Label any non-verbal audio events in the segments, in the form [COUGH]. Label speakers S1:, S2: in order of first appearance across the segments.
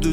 S1: de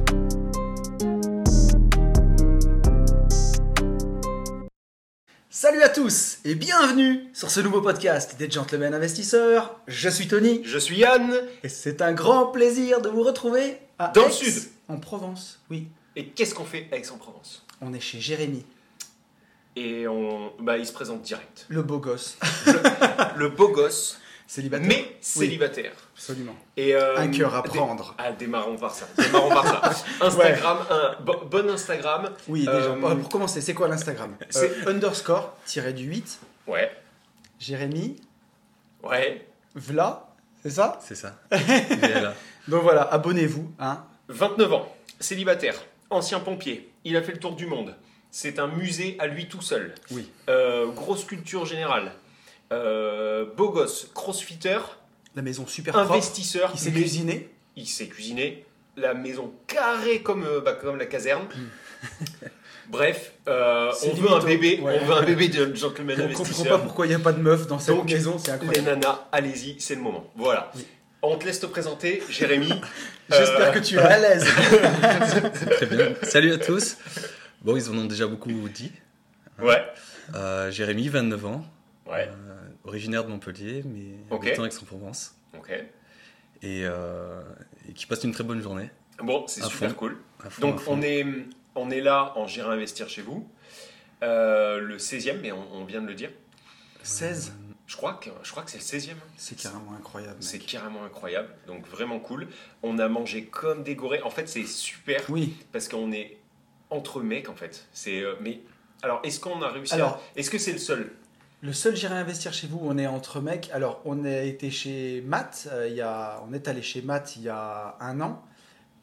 S2: Salut à tous et bienvenue sur ce nouveau podcast des Gentlemen Investisseurs. Je suis Tony
S3: Je suis Yann,
S2: et c'est un grand plaisir de vous retrouver à
S3: Dans le
S2: Aix,
S3: sud.
S2: en Provence. Oui,
S3: et qu'est-ce qu'on fait Aix-en-Provence
S2: on est chez Jérémy,
S3: Et on, bah, il se présente direct.
S2: le beau gosse
S3: [LAUGHS]
S2: [LAUGHS]
S3: Le beau gosse,
S2: célibataire.
S3: mais célibataire.
S2: Absolument.
S3: Et, euh,
S2: Un cœur à
S3: dé-
S2: prendre.
S3: Ah, démarrons par ça. Démarrons par [LAUGHS] ça. Instagram, un bo- bon Instagram.
S2: Oui, déjà.
S3: Euh,
S2: bon, Pour commencer, c'est quoi l'Instagram C'est
S3: c'est-
S2: underscore tiré du 8
S3: Ouais,
S2: Jérémy
S3: ouais.
S2: Vla, c'est ça
S4: C'est ça.
S2: [LAUGHS]
S4: Il est là.
S2: Donc voilà, abonnez-vous. Hein.
S3: 29 ans, célibataire, ancien pompier. Il a fait le tour du monde. C'est un musée à lui tout seul.
S2: Oui.
S3: Euh, grosse culture générale. Euh, beau gosse, crossfitter,
S2: La maison super forte.
S3: investisseur.
S2: Il s'est
S3: mais-
S2: cuisiné.
S3: Il s'est cuisiné la maison carrée comme, euh, bah, comme la caserne. Bref, euh,
S2: C'est
S3: on veut un
S2: limite,
S3: bébé,
S2: ouais.
S3: on veut un bébé de gentleman
S2: Je ne comprends pas
S3: investisseur.
S2: pourquoi il n'y a pas de meuf dans cette
S3: Donc,
S2: maison, c'est incroyable.
S3: Les nanas, allez-y, c'est le moment. Voilà.
S2: Oui.
S3: On te laisse te présenter, Jérémy.
S2: J'espère
S3: Euh,
S2: que tu es à
S3: [LAUGHS]
S2: l'aise.
S4: Très bien. Salut à tous. Bon, ils en ont déjà beaucoup dit.
S3: Ouais.
S4: Euh, Jérémy, 29 ans,
S3: Ouais.
S4: euh, originaire de Montpellier, mais
S3: Ok.
S4: habitant Aix-en-Provence,
S3: Ok.
S4: et, euh, et qui passe une très bonne journée.
S3: Bon, c'est
S4: À
S3: super
S4: fond.
S3: cool.
S4: À fond, à
S3: Donc
S4: fond.
S3: on est, on est là en Gérer Investir chez vous. Euh, le 16e, mais on, on vient de le dire.
S2: 16
S3: Je crois que, je crois que c'est le hein. 16e.
S2: C'est carrément incroyable.
S3: C'est
S2: Mec.
S3: carrément incroyable, donc vraiment cool. On a mangé comme des gorées. En fait, c'est super
S2: Oui.
S3: parce qu'on est entre mecs en fait. C'est euh, mais alors est-ce qu'on a réussi à...
S2: Alors,
S3: Est-ce que c'est le seul
S2: le seul j'irai investir chez vous, on est entre mecs. Alors, on a été chez Matt, euh, il y a, on est allé chez Matt il y a un an.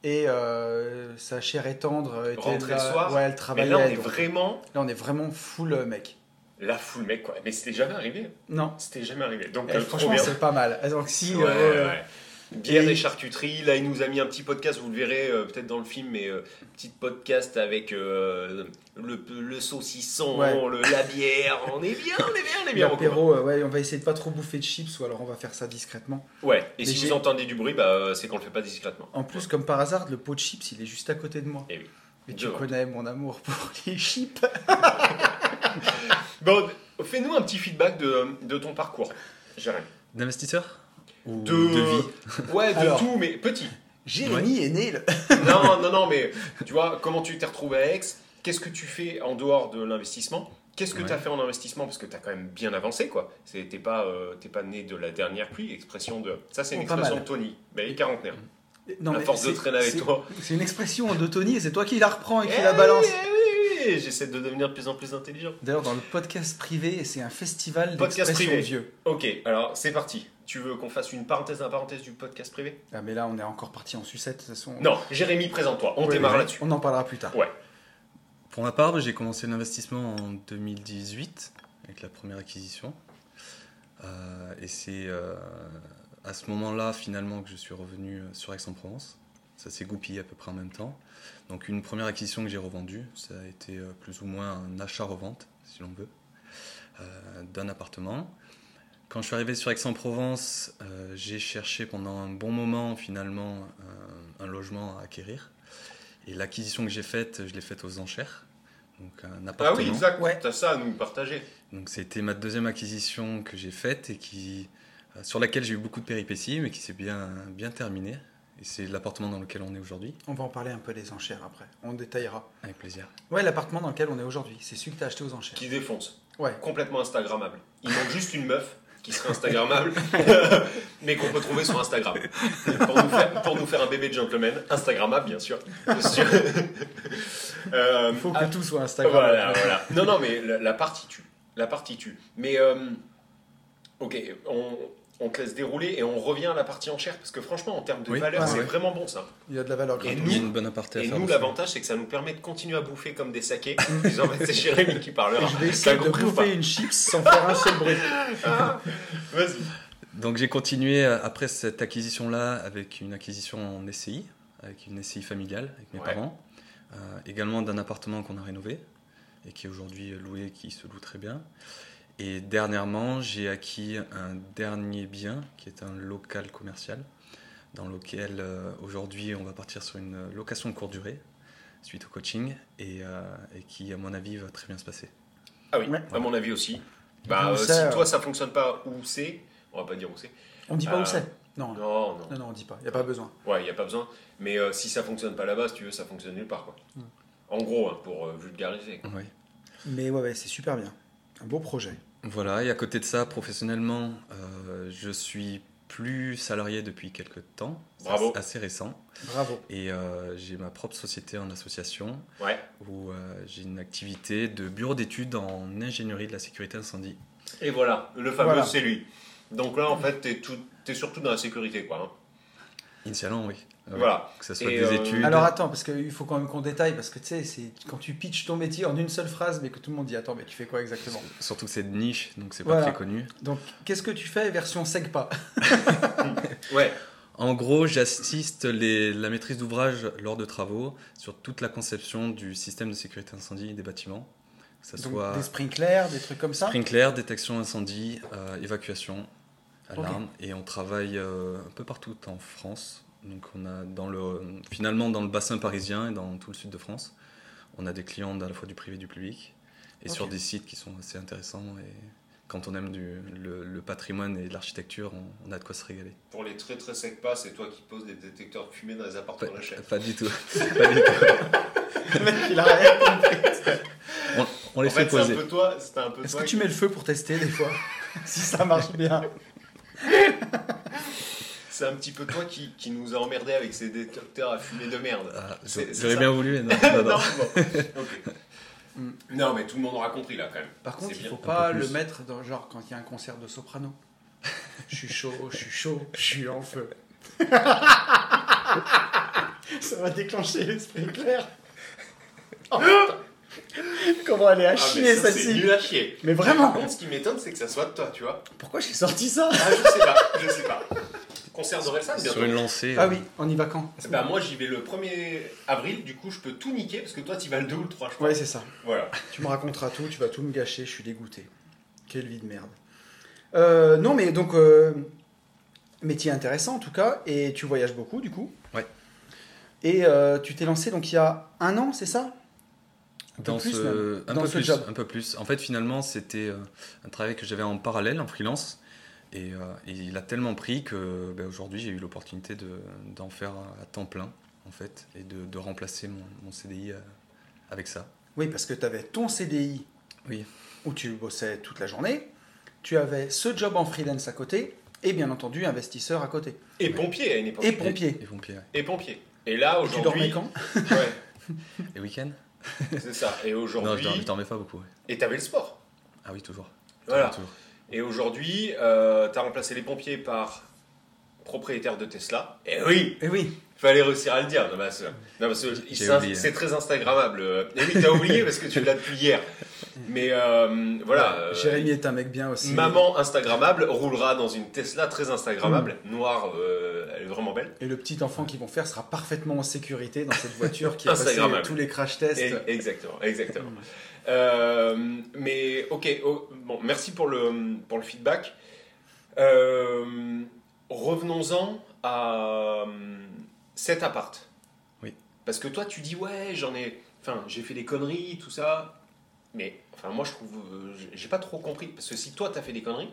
S2: Et euh, sa chère et tendre euh, était
S3: Rentrée
S2: ah bah là-
S3: le soir.
S2: Ouais, elle
S3: Mais
S2: travaillait.
S3: là, on est
S2: donc-
S3: vraiment
S2: là, on est vraiment full euh, mec.
S3: la foule mec quoi. Mais c'était jamais arrivé. hein.
S2: Non.
S3: C'était jamais arrivé. Donc
S2: Eh,
S3: euh, trop
S2: franchement,
S3: bien.
S2: c'est pas mal. Donc, si,
S3: Ouais,
S2: euh,
S3: ouais. Bière
S2: Et-
S3: et charcuterie, là il nous a mis un petit podcast, vous le verrez euh, peut-être dans le film, mais euh, petit podcast avec euh, le, le saucisson,
S2: Ouais.
S3: le- la bière, on est bien, on est bien, on est bien. Romain.
S2: l'apéro, euh, ouais, on va essayer de pas trop bouffer de chips ou alors on va faire ça discrètement.
S3: Ouais, et
S2: Mais
S3: si
S2: j'ai-
S3: vous entendez du bruit, bah, euh, c'est qu'on le fait pas discrètement.
S2: En plus, comme par hasard, le pot de chips, il est juste à côté de moi.
S3: Eh oui.
S2: Mais tu
S3: Devant.
S2: connais mon amour pour les chips.
S3: Bon, fais-nous un petit feedback de, de ton parcours, Jérémy.
S4: D'investisseur Ou
S3: De-
S4: de... vie
S3: Ouais, de
S2: Alors.
S3: tout, mais petit.
S2: Jérémy est né le-
S3: Non, non, non, mais tu vois, comment tu t'es retrouvé à Aix Qu'est-ce que tu fais en dehors de l'investissement Qu'est-ce que
S4: Ouais.
S3: tu as fait en investissement Parce que tu as quand même bien avancé, quoi. C'est- T'es pas, euh, t'es pas né de la dernière pluie, expression de. Ça, c'est une
S2: Oh, pas
S3: expression
S2: mal.
S3: de Tony, mais il est quarantenaire.
S2: Non,
S3: à
S2: mais
S3: force de
S2: c'est-
S3: traîner avec
S2: c'est-
S3: toi.
S2: C'est une expression de Tony et c'est toi qui la reprends et qui
S3: Eh
S2: Oh, la
S3: oui,
S2: balance.
S3: eh oui, oui, J'essaie de devenir de plus en plus intelligent.
S2: D'ailleurs, dans le podcast privé, c'est un festival
S3: Podcast
S2: d'expressions
S3: privé.
S2: vieux.
S3: Ok, alors c'est parti. Tu veux qu'on fasse une parenthèse dans la parenthèse du podcast privé
S2: Ah, mais là, on est encore parti en sucette, de toute façon.
S3: Non, Jérémy, présente-toi. On
S2: Oui,
S3: démarre
S2: oui,
S3: là-dessus.
S2: On en parlera plus tard.
S4: Pour ma part, j'ai commencé l'investissement en 2018 avec la première acquisition. Euh, et c'est euh, à ce moment-là, finalement, que je suis revenu euh, sur Aix-en-Provence. Ça s'est goupillé à peu près en même temps. Donc, une première acquisition que j'ai revendue, ça a été euh, plus ou moins un achat-revente, si l'on veut, euh, d'un appartement. Quand je suis arrivé sur Aix-en-Provence, euh, j'ai cherché pendant un bon moment, finalement, euh, un logement à acquérir. Et l'acquisition que j'ai faite, je l'ai faite aux enchères. Donc, un
S3: Ah
S4: appartement.
S3: oui, exact.
S2: Ouais.
S3: T'as ça à nous partager.
S4: Donc c'était ma deuxième acquisition que j'ai faite et qui, euh, sur laquelle j'ai eu beaucoup de péripéties, mais qui s'est bien, bien terminée. Et c'est l'appartement dans lequel on est aujourd'hui.
S2: On va en parler un peu des enchères après. On détaillera.
S4: Avec plaisir.
S2: Ouais, l'appartement dans lequel on est aujourd'hui, c'est celui que t'as acheté aux enchères.
S3: Qui défonce.
S2: Ouais.
S3: complètement Instagrammable. Il manque juste une meuf qui serait [LAUGHS] Instagrammable, mais qu'on peut trouver sur Instagram. Pour nous faire, pour nous faire un bébé de gentleman, Instagrammable bien sûr. Bien sûr. [LAUGHS] Euh,
S2: Il faut que
S3: ah,
S2: tout soit Instagram.
S3: voilà, voilà. Non, non, mais la, la partie tue. La partie tue. Mais, euh, ok, on- on te laisse dérouler et on revient à la partie enchère parce que franchement, en termes de
S4: Oui.
S3: valeur,
S2: Ah,
S3: c'est
S2: ouais.
S3: vraiment bon ça.
S2: Il y a de la valeur
S3: Et
S2: gratuite.
S4: Il y a
S3: nous-
S4: une bonne aparté à
S3: Et
S4: faire
S3: nous,
S4: dessus.
S3: l'avantage, c'est que ça nous permet de continuer à bouffer comme des [LAUGHS] saqués. Disant, bah, c'est Jérémy qui parlera.
S2: Je vais
S3: T'as
S2: essayer de
S3: compris ou pas
S2: bouffer une chips sans faire un seul bruit.
S3: Vas-y.
S4: Donc j'ai continué euh, après cette acquisition-là avec une acquisition en SCI, avec une SCI familiale avec mes
S3: Ouais.
S4: parents, Euh, également d'un appartement qu'on a rénové et qui est aujourd'hui euh, loué, qui se loue très bien. Et dernièrement, j'ai acquis un dernier bien qui est un local commercial dans lequel euh, aujourd'hui on va partir sur une location courte durée suite au coaching et, euh, et qui à mon avis va très bien se passer.
S3: Ah oui,
S2: Ouais.
S3: à mon avis aussi. Bah,
S2: Donc
S3: euh,
S2: ça,
S3: si
S2: euh,
S3: toi, ça fonctionne pas où c'est, on va pas dire où c'est.
S2: On dit pas
S3: Euh,
S2: où c'est Non, non,
S3: Non, non.
S2: non, on dit pas. Il n'y a pas besoin.
S3: Ouais, il n'y a pas besoin. Mais euh, si ça fonctionne pas là-bas, si tu veux, ça fonctionne nulle part. Quoi. En gros, hein, pour euh, vulgariser.
S4: Oui.
S2: Mais ouais, ouais c'est super bien. Un beau projet.
S4: Voilà, et à côté de ça, professionnellement, euh, je suis plus salarié depuis quelques temps. C'est
S3: Bravo.
S4: assez récent.
S2: Bravo.
S4: Et euh, j'ai ma propre société en association
S3: Ouais.
S4: où euh, j'ai une activité de bureau d'études en ingénierie de la sécurité incendie.
S3: Et voilà, le fameux,
S2: Voilà.
S3: c'est lui. Donc là, en fait, t'es tout- t'es surtout dans la sécurité, quoi. hein.
S4: Initialement, oui. Euh,
S3: Voilà.
S4: Que ce soit
S3: Et,
S4: des
S3: euh,
S4: études.
S2: Alors attends, parce qu'il faut quand même qu'on détaille, parce que tu sais, c'est quand tu pitches ton métier en une seule phrase, mais que tout le monde dit Attends, mais tu fais quoi exactement
S4: Surtout que c'est de niche, donc c'est
S2: Voilà.
S4: pas très connu.
S2: Donc, qu'est-ce que tu fais version SEGPA
S3: Ouais.
S4: En gros, j'assiste les- la maîtrise d'ouvrage lors de travaux sur toute la conception du système de sécurité incendie des bâtiments. Que ce
S2: Donc,
S4: soit
S2: des sprinklers, des trucs comme ça
S4: Sprinkler, détection incendie, euh, évacuation, alarme. Et on travaille euh, un peu partout en France. Donc on a dans le, finalement dans le bassin parisien et dans tout le sud de France, on a des clients à la fois du privé et du public. Et
S2: Ok.
S4: sur des sites qui sont assez intéressants. Et quand on aime du- le, le patrimoine et l'architecture, on, on a de quoi se régaler.
S3: Pour les très très secs pas, c'est toi qui poses des détecteurs de fumée dans les
S4: Pas,
S3: appartements de la chaîne.
S4: pas du tout. [LAUGHS] Pas du tout.
S2: Le mec, il a
S4: [LAUGHS]
S2: rien.
S4: On, on les
S3: En
S4: fait,
S3: fait, c'est un
S4: poser.
S3: peu toi. C'était un peu
S2: Est-ce
S3: toi.
S2: que
S3: qui-
S2: tu mets le feu pour tester des fois [LAUGHS] Si ça marche bien.
S3: C'est un petit peu toi qui, qui nous a emmerdé avec ces détecteurs à fumée de merde.
S4: Ah,
S3: C'est- c'est
S4: J'aurais
S3: ça.
S4: bien
S3: [LAUGHS]
S4: voulu, mais non, non, non.
S2: [LAUGHS]
S3: bon. Ok.
S2: Mm.
S3: Non, mais tout le monde aura compris là quand même.
S2: Par contre,
S3: C'est
S2: il
S3: bien.
S2: faut
S4: peu
S2: pas
S4: plus.
S2: le mettre dans genre quand il y a un concert de soprano. [LAUGHS] Je suis chaud, je suis chaud, je suis en feu. [LAUGHS] Ça va déclencher les sprinklers. Oh, putain. Comment elle est à
S3: Ah, mais
S2: chier
S3: ça, c'est
S2: celle-ci
S3: nul à chier.
S2: Mais vraiment
S3: Par contre, ce qui m'étonne, c'est que ça soit de toi, tu vois.
S2: Pourquoi j'ai sorti ça
S3: Ah, je sais pas, je sais pas. Concert d'Orelsan bientôt.
S4: Sur une lancée.
S2: Ah
S4: euh,
S2: oui, on y va quand
S3: Bah, moi, j'y vais le 1er avril, du coup, je peux tout niquer parce que toi, tu vas le 2 ou le 3, je crois.
S2: Ouais, c'est ça.
S3: Voilà.
S2: Tu me raconteras tout, tu vas tout me gâcher, je suis dégoûté. Quelle vie de merde. Euh, non, mais donc, euh, métier intéressant en tout cas, et tu voyages beaucoup du coup.
S4: Ouais.
S2: Et euh, tu t'es lancé donc il y a un an, c'est ça Un peu
S4: dans
S2: plus,
S4: ce,
S2: même.
S4: un
S2: Dans
S4: peu
S2: ce
S4: plus,
S2: job.
S4: un peu plus. En fait, finalement, c'était euh, un travail que j'avais en parallèle, en freelance, et, euh, et il a tellement pris que ben, aujourd'hui, j'ai eu l'opportunité de- d'en faire à temps plein, en fait, et de, de remplacer mon, mon CDI euh, avec ça.
S2: Oui, parce que tu avais ton CDI
S4: Oui.
S2: où tu bossais toute la journée, tu avais ce job en freelance à côté, et bien entendu investisseur à côté.
S3: Et pompier à une époque.
S2: Et pompier.
S4: Et, et pompier. ouais.
S3: Et pompier. Et là,
S2: Et tu
S3: aujourd'hui.
S2: dormais quand
S3: Ouais,
S4: Et week-end
S3: c'est ça. Et
S4: Non, je
S3: aujourd'hui.
S4: dor- je dormais pas beaucoup. ouais.
S3: Et t'avais le sport.
S4: Ah oui, toujours.
S3: Voilà.
S4: Toujours, toujours.
S3: Et aujourd'hui, euh, t'as remplacé les pompiers par propriétaire de Tesla. Et oui,
S2: Eh oui,
S3: Fallait réussir à le dire, non, parce, non, parce que
S4: J'ai
S3: c'est-
S4: oublié.
S3: c'est très instagrammable. euh. Et oui, t'as oublié parce que tu l'as depuis hier. Mais euh, voilà, euh,
S2: Jérémy est un mec bien aussi.
S3: maman instagrammable roulera dans une Tesla très instagrammable, noire, euh, elle est vraiment belle,
S2: Et le petit enfant qu'ils vont faire sera parfaitement en sécurité dans cette
S3: [LAUGHS]
S2: voiture qui a passé
S3: Instagrammable.
S2: tous les crash tests.
S3: Ah, Et- exactement, exactement. Euh, mais ok, oh, bon, merci pour le, pour le feedback. Euh, Revenons-en à euh, cet appart.
S4: Oui.
S3: Parce que toi, tu dis ouais, j'en ai, enfin, j'ai fait des conneries, tout ça. Mais enfin, moi, je trouve, euh, j'ai- j'ai pas trop compris parce que si toi, t'as fait des conneries.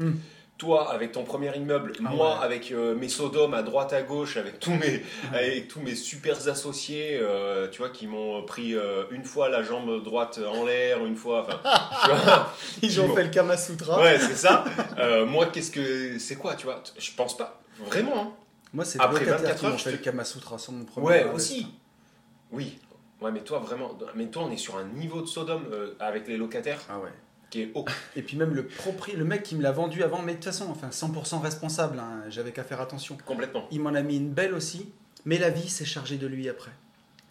S2: Hmm.
S3: Toi, avec ton premier immeuble,
S2: Ah
S3: moi,
S2: ouais.
S3: avec euh, mes sodomes à droite à gauche, avec tous mes, avec tous mes super associés, euh, tu vois, qui m'ont pris euh, une fois la jambe droite en l'air, une fois,
S2: [LAUGHS]
S3: enfin, tu vois.
S2: Ils ont fait le Kamasutra.
S3: ouais, c'est ça. Euh, moi, qu'est-ce que c'est quoi, tu vois Je pense pas, vraiment. hein.
S2: Moi, c'est
S3: Après
S2: le locataire
S3: 24
S2: qui m'ont
S3: heures,
S2: fait
S3: je
S2: le
S3: te-
S2: Kamasutra sur mon premier.
S3: Ouais,
S2: arrêt.
S3: aussi. Oui. Ouais, mais toi, vraiment, mais toi, on est sur un niveau de Sodome euh, avec les locataires.
S2: Ah ouais.
S3: qui est haut.
S2: Et puis même le propri, le mec qui me l'a vendu avant, mais de toute façon, enfin 100% responsable, hein, j'avais qu'à faire attention.
S3: Complètement.
S2: Il m'en a mis une belle aussi, mais la vie s'est chargée de lui après.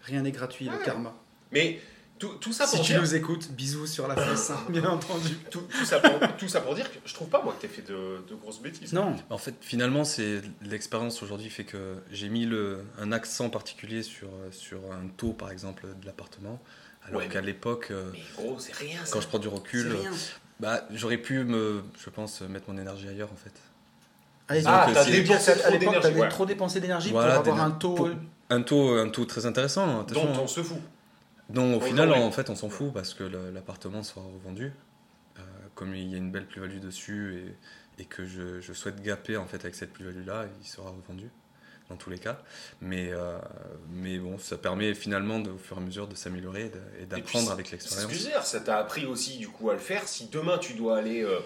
S2: Rien n'est gratuit, le
S3: Ouais.
S2: karma.
S3: Mais tout, tout ça
S2: Si
S3: pour
S2: tu
S3: dire...
S2: nous écoutes, bisous sur la face, hein,
S3: [LAUGHS]
S2: bien entendu.
S3: Tout, tout ça pour, tout ça pour dire que je trouve pas, moi, que t'aies fait de, de grosses bêtises.
S2: Non,
S4: En fait, finalement, c'est l'expérience aujourd'hui fait que j'ai mis le, un accent particulier sur, sur un taux, par exemple, de l'appartement. Alors
S3: Ouais.
S4: qu'à l'époque, euh,
S3: Mais gros, c'est rien, ça.
S4: quand je prends du
S2: c'est
S4: recul, euh,
S2: rien.
S4: bah, j'aurais pu, me, je pense, mettre mon énergie ailleurs, en fait.
S2: Ah,
S4: Ah,
S2: donc,
S4: t'as
S2: c'est-
S3: dépensé
S2: à
S3: trop
S2: l'époque,
S3: d'énergie,
S2: t'avais
S3: ouais.
S2: trop dépensé d'énergie
S4: Voilà,
S2: pour avoir
S4: d'éner-
S2: un taux.
S4: pour-
S2: euh,
S4: Un taux, un taux très intéressant, attention.
S3: Dont
S4: hein.
S3: on se fout.
S4: Donc, au
S3: Oui,
S4: final,
S3: non, oui.
S4: en fait, on s'en fout parce que le- l'appartement sera revendu. Euh, comme il y a une belle plus-value dessus et, et que je, je souhaite gaper en fait avec cette plus-value-là, il sera revendu dans tous les cas. Mais, euh, mais bon, ça permet finalement de, au fur et à mesure de s'améliorer et de- et d'apprendre
S3: c'est-
S4: avec
S3: C'est ce
S4: l'expérience.
S3: que je veux dire, ça t'a appris aussi du coup à le faire. Si demain tu dois aller, euh,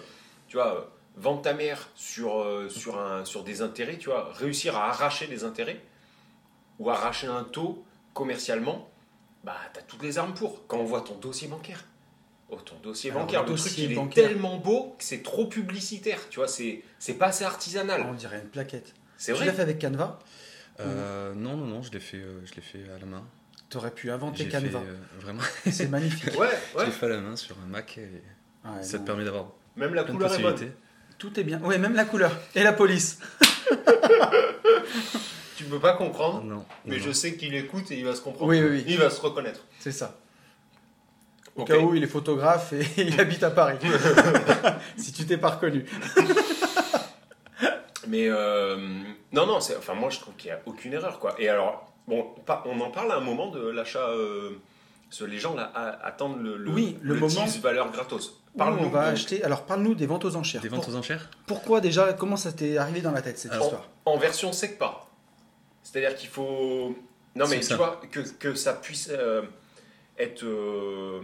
S3: tu vois, euh, vendre ta mère sur, euh, sur, un, sur des intérêts, tu vois, réussir à arracher des intérêts ou arracher un taux commercialement, bah t'as toutes les armes pour. Quand on voit ton dossier bancaire, oh ton dossier
S2: Alors,
S3: bancaire,
S2: le
S3: le,
S2: dossier
S3: truc il
S2: bancaire.
S3: est tellement beau que c'est trop publicitaire, tu vois, c'est c'est pas assez artisanal.
S2: Ah, On dirait une plaquette.
S3: C'est
S2: tu l'as
S3: vrai.
S2: fait avec Canva
S4: Euh, non, non, non, je l'ai fait, euh, je l'ai fait à la main.
S2: T'aurais pu
S4: J'ai
S2: inventer
S4: fait
S2: Canva.
S4: euh, vraiment,
S2: C'est magnifique.
S4: [LAUGHS]
S3: Ouais, ouais.
S4: je l'ai fait à la main sur un Mac et
S2: Ouais,
S4: ça
S2: non.
S4: te permet d'avoir
S3: Même la
S4: plein de
S3: couleur est bonne.
S4: possibilités.
S2: Tout est bien. Ouais, même la couleur. Et la police.
S3: Tu peux pas comprendre,
S4: Non,
S3: Hein mais
S4: non.
S3: je sais qu'il écoute et il va se comprendre.
S2: Oui, oui, oui.
S3: Il va se reconnaître.
S2: C'est ça. Au
S3: Ok.
S2: cas où, il est photographe et [LAUGHS] il habite à
S4: [LAUGHS]
S2: Paris. si tu t'es pas reconnu.
S3: Mais euh, non, non, c'est- enfin moi je trouve qu'il n'y a aucune erreur quoi. Et alors, bon, pas- on en parle à un moment de l'achat. euh, ce- les gens là a- attendent le, le,
S2: Oui, le moment-
S3: tease valeur gratos.
S2: Où
S3: Parle-nous.
S2: on va
S3: donc,
S2: acheter. Alors, parle-nous des ventes aux enchères.
S4: Des ventes aux enchères
S2: Pourquoi déjà Comment ça t'est arrivé dans la tête cette
S3: Alors,
S2: histoire
S3: En version secpa. C'est-à-dire qu'il faut. Non mais
S4: C'est
S3: tu
S4: ça.
S3: vois, que, que ça puisse euh, être euh,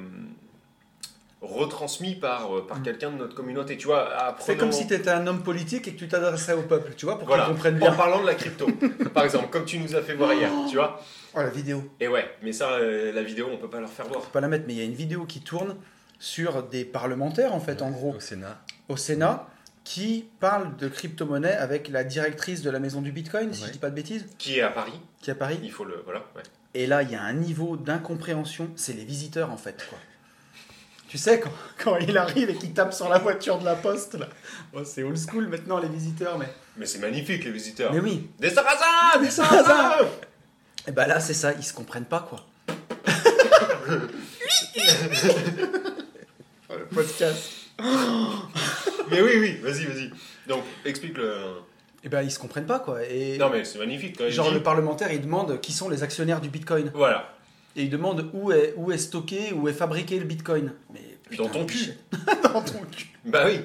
S3: retransmis par, euh, par
S2: Mm.
S3: quelqu'un de notre communauté. Tu vois,
S2: C'est
S3: apprenons-
S2: comme si t'étais un homme politique et que tu t'adressais au peuple, tu vois, pour
S3: Voilà,
S2: qu'ils comprennent
S3: en
S2: bien.
S3: parlant de la crypto, par exemple, comme tu nous as fait voir hier, tu vois.
S2: Oh, la vidéo.
S3: Et ouais, mais ça, euh, la vidéo, on peut pas leur faire voir.
S2: Faut pas la mettre, mais il y a une vidéo qui tourne sur des parlementaires, en fait, en gros,
S4: Au Sénat.
S2: au Sénat, qui parlent de crypto-monnaie avec la directrice de la maison du Bitcoin, si
S4: Ouais.
S2: je dis pas de bêtises,
S3: qui est à Paris.
S2: qui est à Paris.
S3: Il faut le. Voilà. ouais.
S2: Et là, il y a un niveau d'incompréhension, c'est les visiteurs en fait. Quoi. Tu sais, quand, quand il arrive et qu'il tape sur la voiture de la poste, là. Bon, c'est old school maintenant les visiteurs, mais.
S3: Mais c'est magnifique, les visiteurs.
S2: Mais oui,
S3: Des sarrasins Des
S2: sarrasins
S3: sarrasins
S2: et bah là, c'est ça, ils se comprennent pas quoi. Oh, [LAUGHS] le podcast.
S3: Mais oui, oui, vas-y, vas-y. Donc, explique le.
S2: Et bah ils se comprennent pas quoi. Et
S3: Non, mais c'est magnifique quand il
S2: genre
S3: dit-
S2: le parlementaire il demande qui sont les actionnaires du bitcoin.
S3: Voilà.
S2: Et il demande où est, où est stocké, où est fabriqué le bitcoin. Mais putain,
S3: Dans ton
S2: mais
S3: cul.
S2: je- [LAUGHS] Dans ton cul.
S3: Bah oui.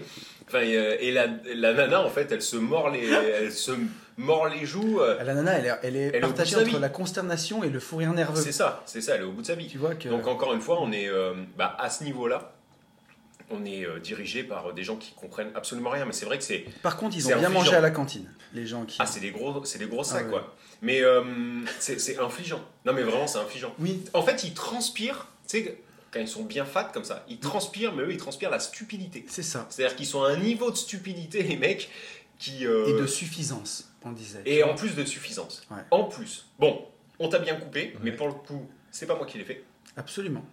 S3: Enfin, et, euh, et la, la nana, en fait, elle se mord les, elle se mord les joues. euh,
S2: Ah, La nana, elle est, elle est
S3: Elle est au bout de
S2: partagée
S3: sa
S2: entre
S3: vie.
S2: la consternation et le fou rire nerveux.
S3: C'est ça, c'est ça, elle est au bout de sa vie.
S2: Tu vois que.
S3: Donc, encore une fois, on est euh, bah, à ce niveau-là. On est euh, dirigé par euh, des gens qui comprennent absolument rien. Mais c'est vrai que c'est
S2: Par contre, ils
S3: c'est
S2: ont bien mangé
S3: affligeant.
S2: à la cantine, les gens qui.
S3: ah, c'est des gros, c'est des gros sacs
S2: Ah ouais.
S3: quoi. Mais euh, c'est c'est infligeant. Non, mais vraiment, c'est infligeant.
S2: Oui,
S3: En fait, ils transpirent, tu sais, quand ils sont bien fat comme ça, ils
S2: Mm.
S3: transpirent, mais eux, ils transpirent la stupidité.
S2: c'est ça.
S3: C'est-à-dire qu'ils sont à un niveau de stupidité, les mecs, qui. euh,
S2: Et de suffisance, on disait.
S3: et en plus de suffisance.
S2: Ouais.
S3: En plus. Bon, on t'a bien coupé, mais
S4: Ouais.
S3: pour le coup, c'est pas moi qui l'ai fait.
S2: Absolument.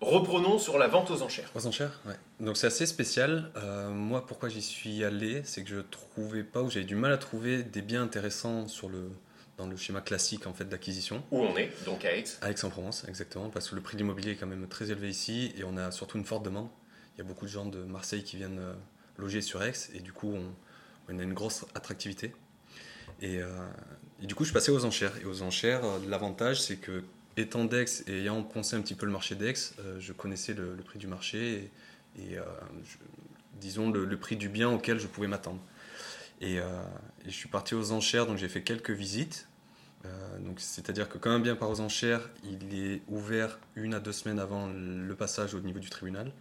S3: Reprenons sur la vente aux enchères.
S4: Trois enchères Ouais. Donc c'est assez spécial. Euh, moi, pourquoi j'y suis allé, c'est que je trouvais pas, ou j'avais du mal à trouver des biens intéressants sur le, dans le schéma classique en fait d'acquisition.
S3: Où on est, donc à Aix.
S4: À Aix-en-Provence, exactement, parce que le prix de l'immobilier est quand même très élevé ici, et on a surtout une forte demande. Il y a beaucoup de gens de Marseille qui viennent euh, loger sur Aix, et du coup, on, on a une grosse attractivité. Et, euh, et du coup, je passais aux enchères. Et aux enchères, euh, l'avantage, c'est que, étant d'Aix et ayant poncé un petit peu le marché d'Aix, euh, je connaissais le, le prix du marché et, et, euh, je- disons, le, le prix du bien auquel je pouvais m'attendre. Et, euh, et je suis parti aux enchères, donc j'ai fait quelques visites. Euh, donc, c'est-à-dire que quand un bien part aux enchères, il est ouvert une à deux semaines avant le passage au niveau du tribunal.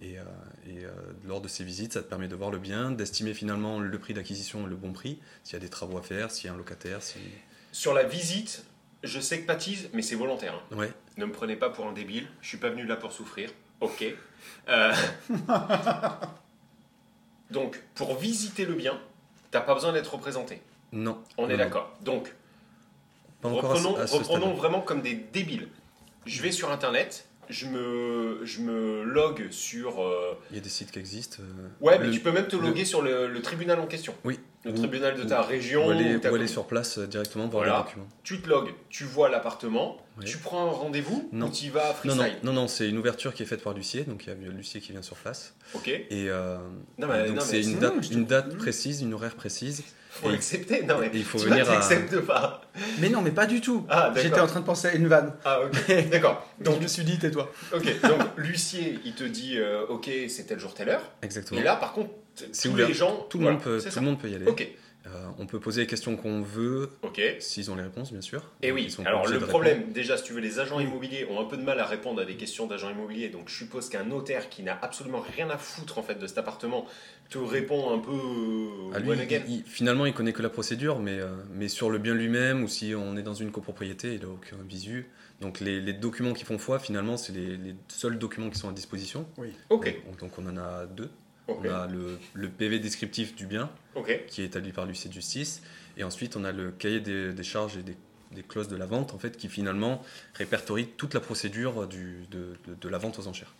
S4: Et, euh, et, euh, lors de ces visites, ça te permet de voir le bien, d'estimer finalement le prix d'acquisition et le bon prix, s'il y a des travaux à faire, s'il y a un locataire. Si...
S3: Sur la visite, je sais que Patise, mais c'est volontaire. hein.
S4: Ouais,
S3: Ne me prenez pas pour un débile, je suis pas venu là pour souffrir. Ok.
S4: [LAUGHS]
S3: Euh, Donc, pour visiter le bien, t'as pas besoin d'être représenté.
S4: Non.
S3: On est
S4: non, non.
S3: d'accord. Donc,
S4: Pas encore à ce-
S3: reprenons,
S4: à ce
S3: reprenons
S4: stade-là.
S3: vraiment comme des débiles. Je vais sur Internet, je me, je me log sur... euh,
S4: Il y a des sites qui existent. euh,
S3: Ouais, mais
S4: le-
S3: tu peux même te
S4: le-
S3: loguer sur le, le tribunal en question.
S4: Oui.
S3: Le
S4: Ou-
S3: tribunal de ta région.
S4: Ou aller,
S3: ou ta
S4: ou aller
S3: commune.
S4: sur place euh, directement voir
S3: Voilà.
S4: les documents.
S3: Tu te logs, tu vois l'appartement,
S4: Ouais.
S3: tu prends un rendez-vous
S4: Non.
S3: ou tu vas
S4: Non,
S3: freestyle.
S4: non, non, non, c'est une ouverture qui est faite par l'huissier, donc il y a l'huissier qui vient sur place.
S3: Ok
S4: Et euh,
S3: Non, mais-
S4: donc
S3: non, mais
S4: c'est
S3: c'est-
S4: une date,
S2: non, je te-
S4: une date
S2: Mhm.
S4: précise, une horaire précise.
S3: Faut
S4: Et-
S3: l'accepter. Non, mais
S4: et il faut
S3: tu
S4: venir
S3: vois,
S4: à-
S3: t'acceptes pas.
S2: Mais non, mais pas du tout.
S3: Ah,
S2: J'étais
S3: d'accord.
S2: en train de penser à une vanne.
S3: Ah,
S4: [LAUGHS]
S3: ok. D'accord.
S2: Donc je
S3: Donc,
S2: me suis dit, tais-toi.
S3: ok. Donc, l'huissier, il te dit, euh, ok, c'est tel jour, telle heure.
S4: Exactement.
S3: Et là, par contre, t-
S4: C'est
S3: tous
S4: ouvert.
S3: les gens.
S4: tout, le
S3: voilà,
S4: monde peut,
S3: c'est
S4: tout
S3: ça.
S4: le monde peut y aller.
S3: Ok,
S4: Euh, on peut poser les questions qu'on veut,
S3: ok.
S4: s'ils ont les réponses, bien sûr.
S3: Et
S4: Donc,
S3: oui,
S4: ils sont
S3: alors
S4: obligés
S3: le
S4: de
S3: problème,
S4: répondre.
S3: déjà, si tu veux, les agents immobiliers ont un peu de mal à répondre à des questions d'agents immobiliers, donc je suppose qu'un notaire qui n'a absolument rien à foutre en fait de cet appartement te répond un peu euh,
S4: Ah, lui,
S3: one again.
S4: il- il- finalement, il connaît que la procédure, mais, euh, mais sur le bien lui-même, ou si on est dans une copropriété, il n'a aucun visu. Donc les, les documents qui font foi, finalement, c'est les, les seuls documents qui sont à disposition.
S3: Ok,
S4: Donc, donc on en a deux.
S3: ok,
S4: On a le, le PV descriptif du bien,
S3: ok,
S4: qui est établi par l'huissier de justice. Et ensuite, on a le cahier des, des charges et des, des clauses de la vente, en fait, qui finalement répertorie toute la procédure du, de, de- de la vente aux enchères.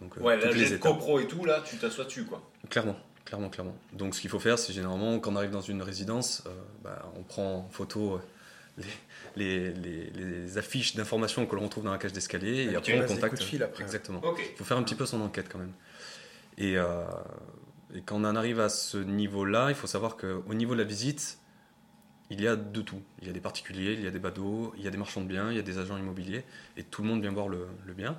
S4: Donc, euh,
S3: Ouais, là,
S4: toutes
S3: j'ai
S4: les
S3: le
S4: étapes.
S3: copro et tout, là, tu t'assois dessus, quoi.
S4: Clairement, clairement, clairement. Donc, ce qu'il faut faire, c'est généralement, quand on arrive dans une résidence, euh, bah, on prend en photo euh, les, les- les- les affiches d'informations que l'on retrouve dans la cage d'escalier et,
S2: puis Ah, tu
S4: après, on
S2: passes des
S4: contacte.
S2: coups de fil après.
S4: Exactement.
S3: Ok,
S4: Il faut faire un petit peu son enquête quand même. Et, euh, et quand on en arrive à ce niveau-là, il faut savoir qu'au niveau de la visite, il y a de tout. Il y a des particuliers, il y a des badauds, il y a des marchands de biens, il y a des agents immobiliers, et tout le monde vient voir le, le bien.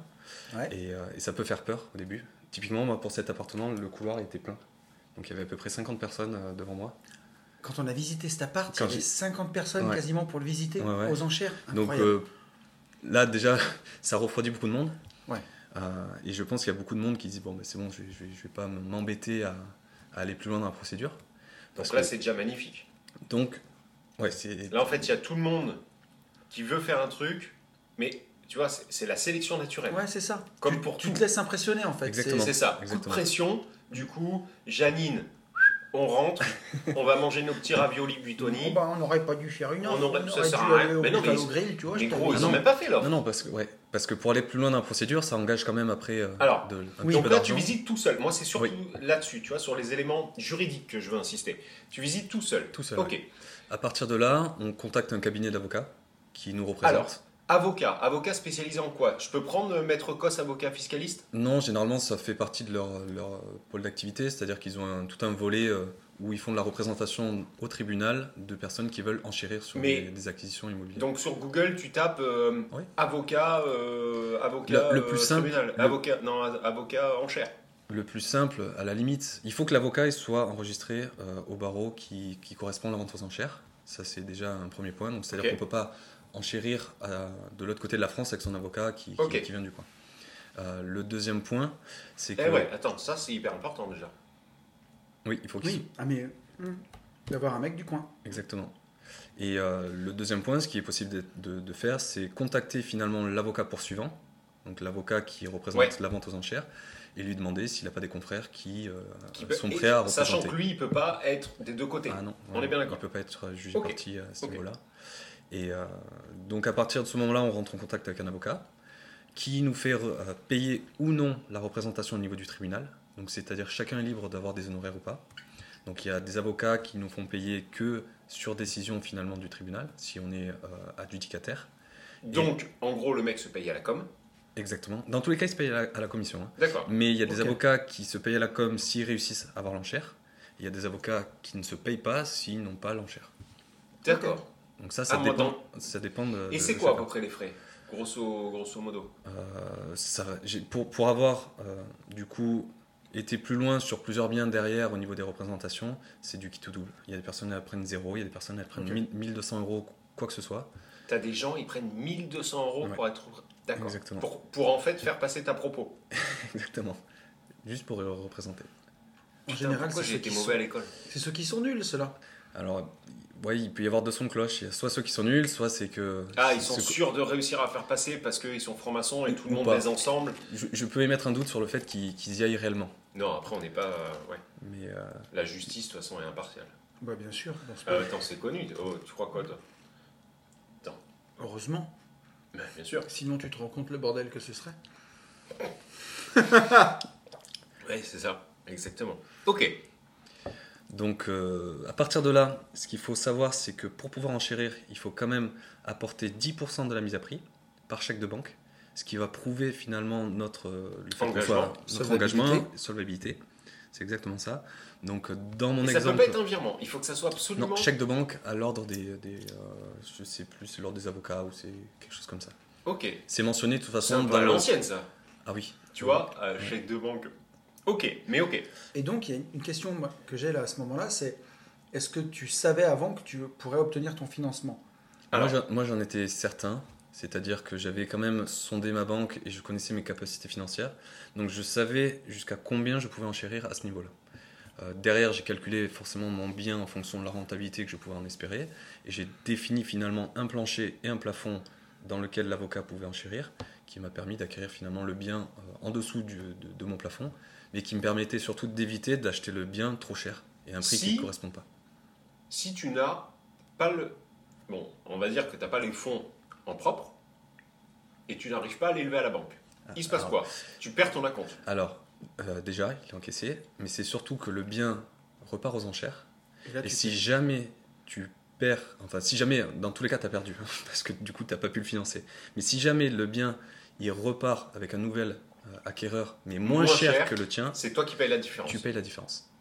S2: Ouais.
S4: Et, euh, et ça peut faire peur au début. Typiquement, moi, pour cet appartement, le couloir était plein. Donc il y avait à peu près 50 personnes euh, devant moi.
S2: Quand on a visité cet appart, il y
S4: Quand
S2: avait
S4: j'ai-
S2: 50 personnes
S4: Ouais.
S2: quasiment pour le visiter
S4: Ouais, ouais.
S2: aux enchères.
S4: Donc
S2: Incroyable.
S4: euh, là, déjà, [LAUGHS] ça refroidit beaucoup de monde.
S2: Ouais.
S4: Euh, et je pense qu'il y a beaucoup de monde qui dit Bon, ben, c'est bon, je, je- je vais pas m'embêter à, à aller plus loin dans la procédure.
S3: donc
S4: Parce
S3: là,
S4: que-
S3: c'est déjà magnifique.
S4: Donc, ouais, c'est.
S3: Là, en fait, il y a tout le monde qui veut faire un truc, mais tu vois, c'est c'est la sélection naturelle.
S2: Ouais, c'est ça.
S3: euh, Comme
S2: Tu-
S3: pour
S2: Tu
S3: tout.
S2: te laisses impressionner en fait.
S4: Exactement.
S3: C'est ça, coup de
S4: Exactement.
S3: pression. Du coup, Janine, on rentre, on va manger nos petits raviolis
S2: C'est-
S3: buitoni.
S2: Bon, bah, on n'aurait pas dû faire une heure.
S3: On aurait- ça
S2: dû
S3: sert à rien.
S2: aller au
S3: Mais non, mais
S2: Buffalo
S3: ils-
S2: grill, tu vois.
S3: Les
S2: je Ah t'avais
S3: gros,
S2: dit.
S3: ils
S4: non.
S3: ont même pas fait
S4: Non,
S3: l'offre.
S4: non, parce que, ouais, parce que pour aller plus loin dans la procédure, ça engage quand même après. euh,
S3: Alors,
S4: de, un
S2: oui. bah,
S4: petit
S3: Donc
S4: peu
S3: là, tu
S4: d'argent.
S3: visites tout seul. Moi, c'est surtout là-dessus, tu vois, sur les éléments juridiques que je veux insister. Tu visites tout seul.
S4: Tout seul,
S3: Ok.
S4: À partir de là, on contacte un cabinet d'avocats qui nous représente.
S3: Alors. Avocat, avocat spécialisé en quoi Je peux prendre euh, Maître Cos, avocat fiscaliste
S4: Non, généralement, ça fait partie de leur, leur pôle d'activité, c'est-à-dire qu'ils ont un- tout un volet euh, où ils font de la représentation au tribunal de personnes qui veulent enchérir sur
S3: Mais-
S4: des, des acquisitions immobilières.
S3: Donc sur Google, tu tapes euh,
S4: Oui.
S3: avocat, euh, avocat,
S4: Le- le plus
S3: euh,
S4: simple,
S3: tribunal.
S4: le-
S3: avocat, non, avocat en chair.
S4: Le plus simple, à la limite, il faut que l'avocat il soit enregistré euh, au barreau qui, qui correspond à la vente aux enchères. Ça, c'est déjà un premier point. Donc,
S3: Ok.
S4: c'est-à-dire qu'on ne peut pas enchérir euh, de l'autre côté de la France avec son avocat qui, qui-
S3: Ok.
S4: qui vient du coin. Euh, le deuxième point, c'est que.
S3: Eh ouais, attends, ça c'est hyper important déjà.
S4: Oui, il faut qu'il.
S2: Oui. Ah, mais. euh, hum, D'avoir un mec du coin.
S4: Exactement. Et euh, le deuxième point, ce qui est possible d'être- de, de faire, c'est contacter finalement l'avocat poursuivant, donc l'avocat qui représente
S3: Ouais.
S4: la vente aux enchères, et lui demander s'il n'a pas des confrères qui, euh,
S3: Qui peut-
S4: sont
S3: et
S4: prêts à représenter.
S3: Sachant que lui, il peut pas être des deux côtés.
S4: Ah non,
S3: On est bien d'accord.
S4: Il peut pas être euh, jugé
S3: Ok.
S4: parti à ce
S3: Ok.
S4: niveau-là. Et euh, donc à partir de ce moment-là, on rentre en contact avec un avocat qui nous fait re- euh, payer ou non la représentation au niveau du tribunal. Donc c'est-à-dire chacun est libre d'avoir des honoraires ou pas. Donc il y a des avocats qui nous font payer que sur décision finalement du tribunal, si on est euh, adjudicataire.
S3: Donc, en gros, le mec se paye à la com.
S4: Exactement. Dans tous les cas, ils se payent à la, à la commission. hein.
S3: D'accord.
S4: Mais il y a des
S2: Ok.
S4: avocats qui se payent à la com s'ils réussissent à avoir l'enchère. Il y a des avocats qui ne se payent pas s'ils n'ont pas l'enchère.
S3: D'accord.
S4: Donc ça, ça
S3: Ah, moi,
S4: dépend. Ça dépend de.
S3: Et
S4: de
S3: c'est quoi à
S4: chacun.
S3: peu près les frais Grosso, grosso modo.
S4: Euh, ça, j'ai- pour, pour avoir euh, du coup été plus loin sur plusieurs biens derrière au niveau des représentations, c'est du kit ou double. Il y a des personnes qui prennent zéro, il y a des personnes qui prennent
S3: Ok.
S4: 1000 1200 euros, quoi que ce soit. [LAUGHS]
S3: T'as des gens, ils prennent 1200 euros
S4: Ouais.
S3: pour être. D'accord.
S4: Exactement.
S3: Pour, pour en fait faire passer ta propos.
S4: Exactement. Juste pour le représenter.
S2: En
S3: Putain,
S2: général,
S3: pourquoi
S2: c'est
S3: j'ai
S2: ceux
S3: été
S2: qui
S3: mauvais
S2: sont-
S3: à l'école
S2: c'est ceux qui sont nuls, ceux-là.
S4: Alors, ouais, il peut y avoir deux sons de cloche. Il y a soit ceux qui sont nuls, soit c'est que.
S3: Ah, ils sont
S4: ce-
S3: sûrs de réussir à faire passer parce qu'ils sont francs-maçons et tout le
S4: Ou
S3: monde
S4: pas.
S3: les ensemble.
S4: Je, je peux émettre un doute sur le fait qu'ils qu'ils y aillent réellement.
S3: Non, après, on n'est pas. euh, ouais.
S4: Mais euh,
S3: La justice, de toute façon, est impartiale.
S2: Bah, bien sûr. dans ce
S3: Ah,
S2: pays.
S3: attends, c'est connu. Oh, tu crois quoi, toi
S2: Heureusement.
S3: Bah, Bien sûr.
S2: Sinon, tu te rends compte le bordel que ce serait
S3: Oui, c'est ça. Exactement. Ok.
S4: donc, euh, à partir de là, ce qu'il faut savoir, c'est que pour pouvoir enchérir, il faut quand même apporter 10% de la mise à prix par chèque de banque, ce qui va prouver finalement notre, euh, le fait qu'on
S3: Engagement.
S4: notre
S2: Solvabilité.
S4: engagement, solvabilité. C'est exactement ça. Donc, euh, dans mon
S3: Et ça peut
S4: exemple.
S3: pas être un virement. Il faut que ça soit absolument.
S4: Non, chèque de banque à l'ordre des. des euh, je sais plus, c'est l'ordre des avocats ou c'est quelque chose comme ça.
S3: Ok.
S4: C'est mentionné de toute
S3: C'est
S4: façon
S3: un peu
S4: dans
S3: à
S4: le.
S3: l'ancienne, ça.
S4: Ah oui.
S3: Tu vois, euh, chèque de banque. Ok, mais ok.
S2: Et donc, il y a une question moi, que j'ai là à ce moment-là, c'est est-ce que tu savais avant que tu pourrais obtenir ton financement
S4: Moi,
S3: Alors.
S4: j'en- Moi, j'en étais certain. C'est-à-dire que j'avais quand même sondé ma banque et je connaissais mes capacités financières. Donc, je savais jusqu'à combien je pouvais enchérir à ce niveau-là. Euh, derrière, j'ai calculé forcément mon bien en fonction de la rentabilité que je pouvais en espérer. Et j'ai défini finalement un plancher et un plafond dans lequel l'avocat pouvait enchérir, qui m'a permis d'acquérir finalement le bien euh, en dessous du- de, de mon plafond, mais qui me permettait surtout d'éviter d'acheter le bien trop cher et à un prix
S3: Si.
S4: qui ne correspond pas.
S3: Si tu n'as pas le. Bon, on va dire que tu n'as pas les fonds en propre et tu n'arrives pas à l'élever à la banque. Il se passe
S4: Ah, alors-
S3: quoi Tu perds ton acompte.
S4: Alors, euh, déjà, il est encaissé, mais c'est surtout que le bien repart aux enchères.
S2: Et là,
S4: Et
S2: tu
S4: si jamais tu perds, enfin, si jamais, dans tous les cas, tu as perdu, [LAUGHS] hein, parce que du coup, tu pas pu le financer. Mais si jamais le bien, il repart avec un nouvel euh, acquéreur, mais
S3: Moins
S4: moins, cher,
S3: cher.
S4: que le tien,
S3: C'est toi qui payes la différence.
S4: tu payes la différence.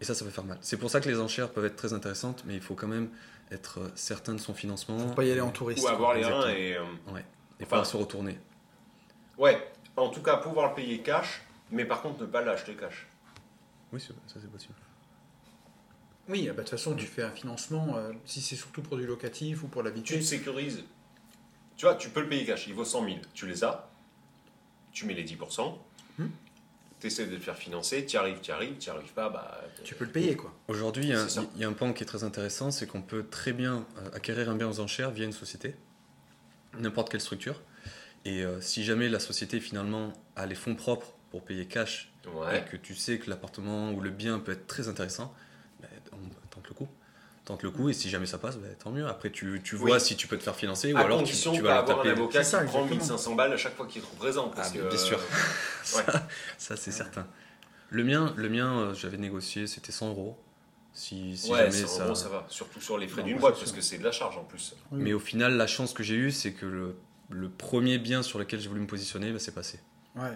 S4: Et ça, ça peut faire mal. C'est pour ça que les enchères peuvent être très intéressantes, mais il faut quand même être euh, certain de son financement.
S2: faut pas y aller en touriste.
S3: Ou avoir les reins et.
S4: Exactement.
S3: euh,
S4: Et pas se retourner.
S3: Ouais, en tout cas, pouvoir le payer cash, mais par contre, ne pas l'acheter cash.
S4: Oui, c'est- ça, c'est possible.
S2: Oui, ah bah, de toute façon, tu fais un financement, euh, si c'est surtout pour du locatif ou pour
S3: Tu
S2: l'habitude.
S3: te sécurises. Tu vois, tu peux le payer cash. Il vaut 100 000. Tu les as. Tu mets les 10%.
S2: Hmm.
S3: Tu essaies de te faire financer. Tu arrives, tu arrives, tu arrives pas. Bah,
S2: Tu peux le payer, quoi.
S4: Aujourd'hui, il y a un-
S3: C'est ça.
S4: il y, a un pan qui est très intéressant, c'est qu'on peut très bien euh, acquérir un bien aux enchères via une société, n'importe quelle structure. Et euh, si jamais la société finalement a les fonds propres pour payer cash et
S3: Ouais.
S4: que tu sais que l'appartement ou le bien peut être très intéressant, bah, on tente le coup. Tente le coup et si jamais ça passe, bah, tant mieux. Après, tu, tu
S3: Mm.
S4: vois
S3: Oui.
S4: si tu peux te faire financer ou
S3: à
S4: alors tu,
S3: condition
S4: tu
S3: de
S4: vas
S3: pas
S4: aller
S3: avoir un
S4: taper.
S3: avocat
S2: C'est ça,
S3: qui prend
S2: exactement.
S3: 1500 balles à chaque fois qu'il te représente. Parce
S4: Ah,
S3: que, euh,
S4: bien sûr. ça, ça, c'est certain. Le mien, le mien euh, j'avais négocié, c'était 100 euros. Si, si
S3: ouais,
S4: jamais
S3: ça...
S4: ça...
S3: Gros, ça va. Surtout sur les frais
S2: Non,
S3: d'une
S2: bah,
S3: boîte,
S2: c'est
S3: parce
S2: sûr.
S3: que c'est de la charge en plus.
S4: Mais au final, la chance que j'ai eue, c'est que le, le premier bien sur lequel j'ai voulu me positionner, bah, c'est passé.
S2: Ouais.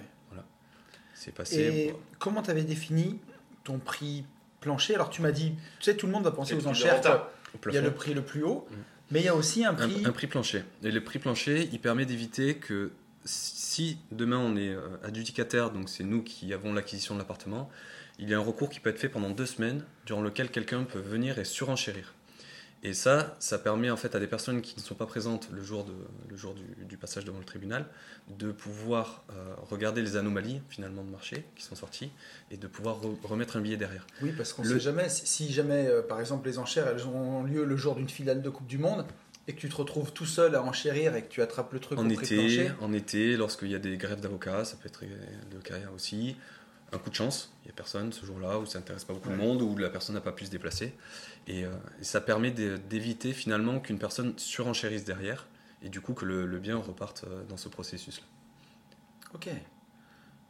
S4: C'est passé.
S2: Et comment tu avais défini ton prix plancher Alors, tu m'as dit, tu sais, tout le monde va penser
S3: Et
S2: aux
S3: puis le
S2: enchères.
S3: rentable.
S2: quoi.
S4: au
S2: Il y a
S4: plafond.
S2: le prix le plus haut,
S4: Mm.
S2: mais il y a aussi un
S4: un,
S2: prix.
S4: un prix plancher. Et le prix plancher, il permet d'éviter que si demain on est euh, adjudicataire, donc c'est nous qui avons l'acquisition de l'appartement, il y a un recours qui peut être fait pendant deux semaines, durant lequel quelqu'un peut venir et surenchérir. Et ça, ça permet en fait à des personnes qui ne sont pas présentes le jour, de, le jour du, du passage devant le tribunal de pouvoir euh, regarder les anomalies finalement de marché qui sont sorties et de pouvoir re- remettre un billet derrière.
S2: Oui, parce qu'on ne
S4: Le-
S2: sait jamais. Si- Si jamais, euh, par exemple, les enchères, elles ont lieu le jour d'une finale de Coupe du Monde et que tu te retrouves tout seul à enchérir et que tu attrapes le truc
S4: En
S2: au prix
S4: été,
S2: plancher.
S4: en été, lorsqu'il y a des grèves d'avocats, ça peut être le cas aussi. Un coup de chance, il n'y a personne ce jour-là, où ça n'intéresse pas beaucoup de
S2: Ouais.
S4: monde, où la personne n'a pas pu se déplacer. Et, euh, et ça permet d'é- d'éviter finalement qu'une personne surenchérisse derrière, et du coup que le, le bien reparte euh, dans ce processus-là.
S2: Ok,